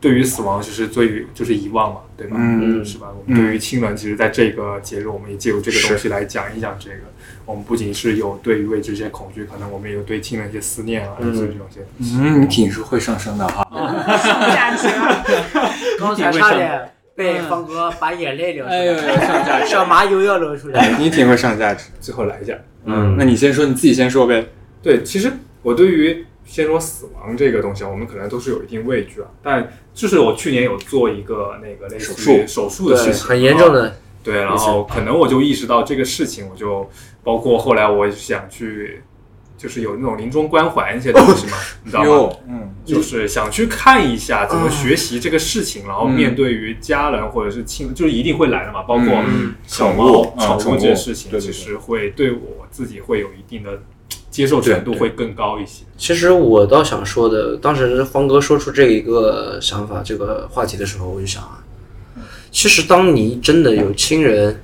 对于死亡就是最于就是遗忘嘛，对吧？
嗯
是吧？我们对于亲人，其实在这个节日，我们也借由这个东西来讲一讲这个。我们不仅是有对于未知一些恐惧，可能我们也有对亲人一些思念啊，
嗯
就是这种些。
嗯，你挺是会上升的哈。
价值 啊！
刚才差点被方哥把眼泪流出
哎呦，
来，
上价值，
小麻油要流出 来。
你挺会上价值。
最后来一下，
嗯
那你先说，你自己先说呗。
对，其实我对于先说死亡这个东西，啊，我们可能都是有一定畏惧啊。但就是我去年有做一个那个类似于手术的事
对，
情，啊
很严重
的。
的，
对，然后可能我就意识到这个事情，我就包括后来我想去，就是有那种临终关怀一些东西嘛，你知道吗？
哦哟，嗯，
就是想去看一下怎么学习这个事情，然后面对于家人或者是亲，就是一定会来的嘛，包括
嗯
小
宠
猫、
物啊
宠
宠
物
物
这件事情，
对对
其
对
实会对我自己会有一定的接受程度
对对
会更高一些。
其实我倒想说的，当时方哥说出这一个想法、这个话题的时候，我就想啊，其实当你真的有亲人，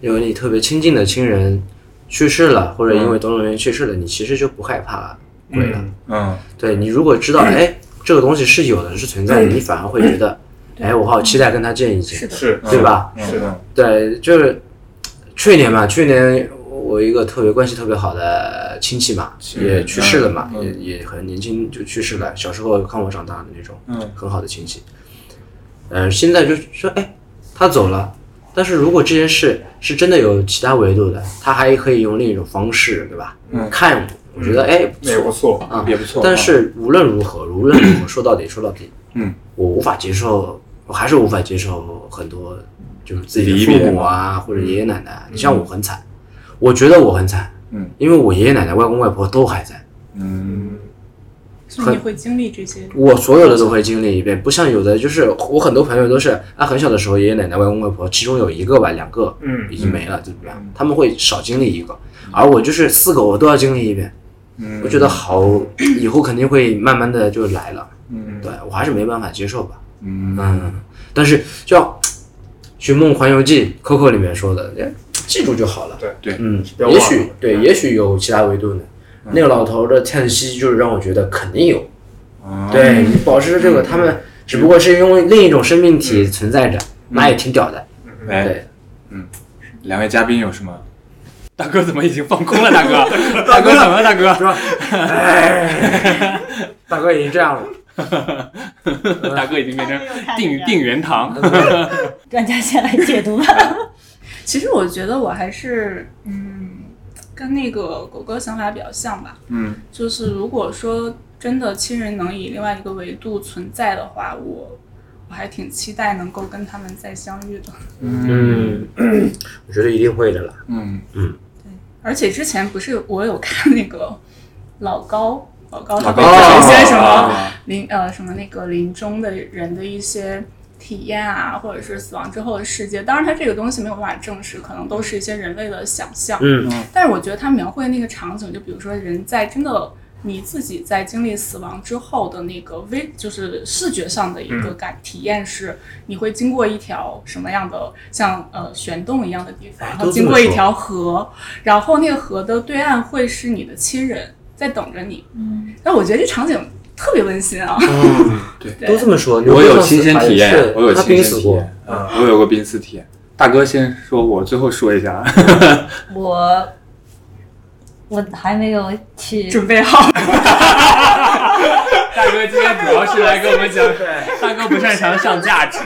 有你特别亲近的亲人去世了，或者因为种种原因去世了，你其实就不害怕鬼
啊
了。
嗯，
对你如果知道，哎，这个东西是有的，是存在的，你反而会觉得，哎，我好期待跟他见一见，
是
对吧？
是的
嗯，
对，就是去年嘛，去年我一个特别关系特别好的亲戚嘛，也去世了嘛，也也很年轻就去世了，小时候看我长大的那种，
嗯，
很好的亲戚。嗯、现在就说，哎，他走了，但是如果这件事是真的有其他维度的，他还可以用另一种方式，对吧？嗯，看我，我觉得哎不
那也不
错
错。
啊，
也不错
但是无论如何，无论如何，说到底，说到底，
嗯，
我无法接受，我还是无法接受很多就是自己
离
的父
别
母啊，或者爷爷奶奶啊。你像我很惨，我觉得我很惨，
嗯，
因为我爷爷奶奶、外公外婆都还在，
嗯，
嗯，
所以你会经历这些，
我所有的都会经历一遍，不像有的就是我很多朋友都是啊，很小的时候爷爷奶奶、外公外婆，其中有一个吧，两个，
嗯
已经没了，对吧？他们会少经历一个，而我就是四个我都要经历一遍，嗯，我觉得好，以后肯定会慢慢的就来了，嗯，对我还是没办法接受吧，嗯但是就像《寻梦环游记》Coco 里面说的，哎记住就好了，
对
对嗯
嗯
不要，忘
也
了
许对，也许有其他维度呢。那个老头的叹息，就是让我觉得肯定有，
嗯啊
对你保持这个，他们只不过是用另一种生命
嗯
体存在着，那也挺屌的。
哎，
对，
两位嘉宾有什么？ 大哥怎么已经放空了？大 哥，大哥怎么了？大 哥，
哎大哥已经这样 了，
大哥已经变成
成
定定元堂。
专家先来解 读吧。
其实我觉得我还是嗯，跟那个狗哥想法比较像吧。
嗯，
就是如果说真的亲人能以另外一个维度存在的话，我我还挺期待能够跟他们再相遇的。
嗯， 我觉得一定会的啦。
嗯，
而且之前不是我有看那个老高，老高他
老
会
高
讲一些什么
啊
临呃什么那个临终的人的一些体验啊，或者是死亡之后的世界。当然，他这个东西没有办法证实，可能都是一些人类的想象。
嗯，
但是我觉得他描绘那个场景，就比如说人在真的你自己在经历死亡之后的那个微，就是视觉上的一
嗯
个感体验是，你会经过一条什么样的像呃悬洞一样的地方，然后
哎都这
经
么
过一
说
条河，然后那个河的对岸会是你的亲人在等着你。嗯，那我觉得这场景特别温馨啊。
嗯
对
都这么说，
我
刘
有
哥上次
亲身体
好像
验
是，
我有
他
亲
濒
身
死
体
过
验，嗯我有过濒死体验。大哥先说，我最后说一下。
我我还没有去
准备好，
大哥今天主要是来跟我们讲，大哥不擅长上价值，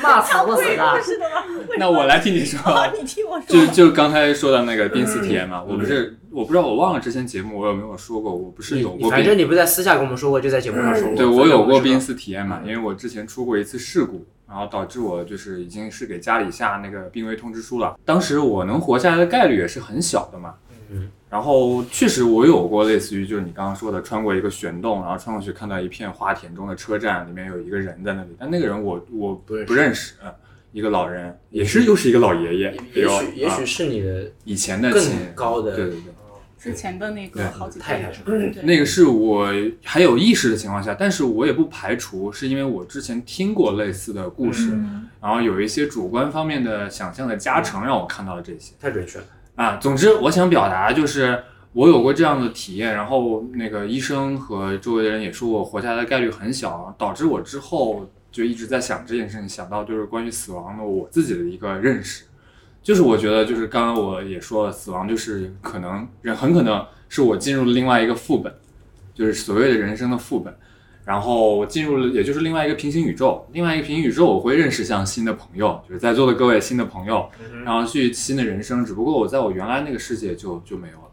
骂死我死
会
他
故！事的吗？为什么
那我来替你说。
好你听我
就
说。
就刚才说到那个濒死体验嘛，
嗯
我不是我不知道我忘了之前节目我有没有说过，我不是有过
反正
濒，
你不在私下跟我们说过，就在节目上说过。
对我有过濒
濒死。
死体验
嗯
嘛，因为我之前出过一次事故，然后导致我就是已经是给家里下那个病危通知书了，当时我能活下来的概率也是很小的嘛。
嗯。
然后确实我有过类似于就是你刚刚说的，穿过一个悬洞，然后穿过去看到一片花田中的车站，里面有一个人在那里，但那个人我我
不认识
不认识，嗯一个老人，也是又是一个老爷爷，
也
哎呦
许也
啊
许是你的
以前的亲
更高
对对
的
对。
之前的那个
对
好几
太
代
太
人
是吧
对
那个是我还有意识的情况下，但是我也不排除是因为我之前听过类似的故事，
嗯
然后有一些主观方面的想象的加成让我看到了这些
太准确了。
啊。总之，我想表达就是我有过这样的体验，然后那个医生和周围的人也说我活下来的概率很小，导致我之后就一直在想这件事情，想到就是关于死亡的我自己的一个认识。就是我觉得，就是刚刚我也说了，死亡就是可能人很可能是我进入了另外一个副本，就是所谓的人生的副本，然后我进入了也就是另外一个平行宇宙，另外一个平行宇宙我会认识像新的朋友，就是在座的各位新的朋友，然后去新的人生，只不过我在我原来那个世界就就没有了。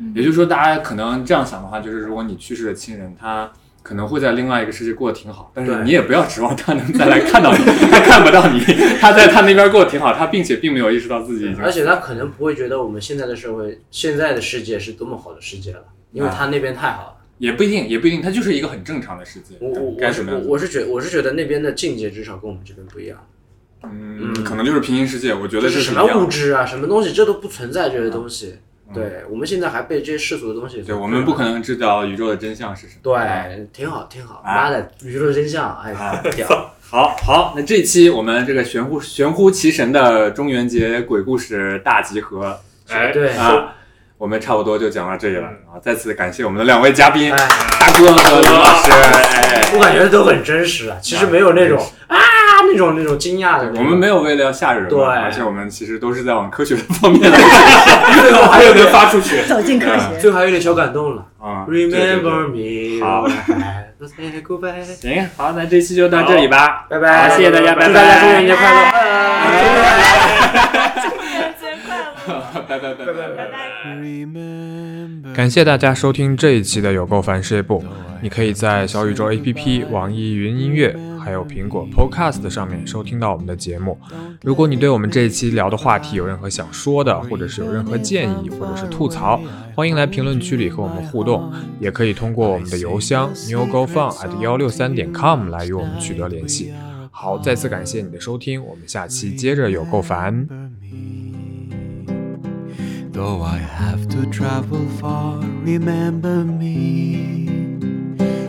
嗯
也就是说，大家可能这样想的话，就是如果你去世的亲人，他可能会在另外一个世界过得挺好，但是
对
你也不要指望他能再来看到你，他看不到你，他在他那边过得挺好，他并且并没有意识到自己已经
而且他可能不会觉得我们现在的社会、现在的世界是多么好的世界了，因
啊
为他那边太好了。
也不一定，也不一定，他就是一个很正常的世界
我我，
该
我
怎
是
么
我
样？
我是觉我是觉得那边的境界至少跟我们这边不一样，
嗯
嗯，
可能就是平行世界，我觉得这
就是
是一
什么
样
物
的。
质啊，什么东西这都不存在这些东西。
嗯
对我们现在还被这些世俗的东西，
对，我们不可。能知道宇宙的真相是什么。
对，挺好，挺好。
啊
妈的，宇宙真相，哎
啊，
屌！
好好，那这一期我们这个玄乎玄乎其神的中元节鬼故事大集合
哎，
对，
啊，我们差不多就讲到这里了
嗯
啊！再次感谢我们的两位嘉宾
哎，
大哥和刘老师，哎，
我感觉都很真实啊，其实没有那种啊那种那种惊讶的那种。
我们没有为了要吓人嘛，
对
而且我们其实都是在往科学的方面来
最后还
还
有
有
点
能发出去，
走进科学。
最后还有点小感动了。
啊。对对对
Remember me.
好
Let's say goodbye.
行，好，那这期就到这里吧，
拜拜
好谢谢大家，拜拜，
祝大家中元节快乐！
拜拜，拜拜，拜拜。
感谢大家收听这一期的有够烦事业部。你可以在小宇宙 APP、网易云音乐，还有苹果 Podcast 上面收听到我们的节目。如果你对我们这一期聊的话题有任何想说的，或者是有任何建议，或者是吐槽，欢迎来评论区里和我们互动。也可以通过我们的邮箱 newgofun at 幺六三点 com 来与我们取得联系。好，再次感谢你的收听，我们下期接着有够烦。
remember me. Though I have to travel far, remember me.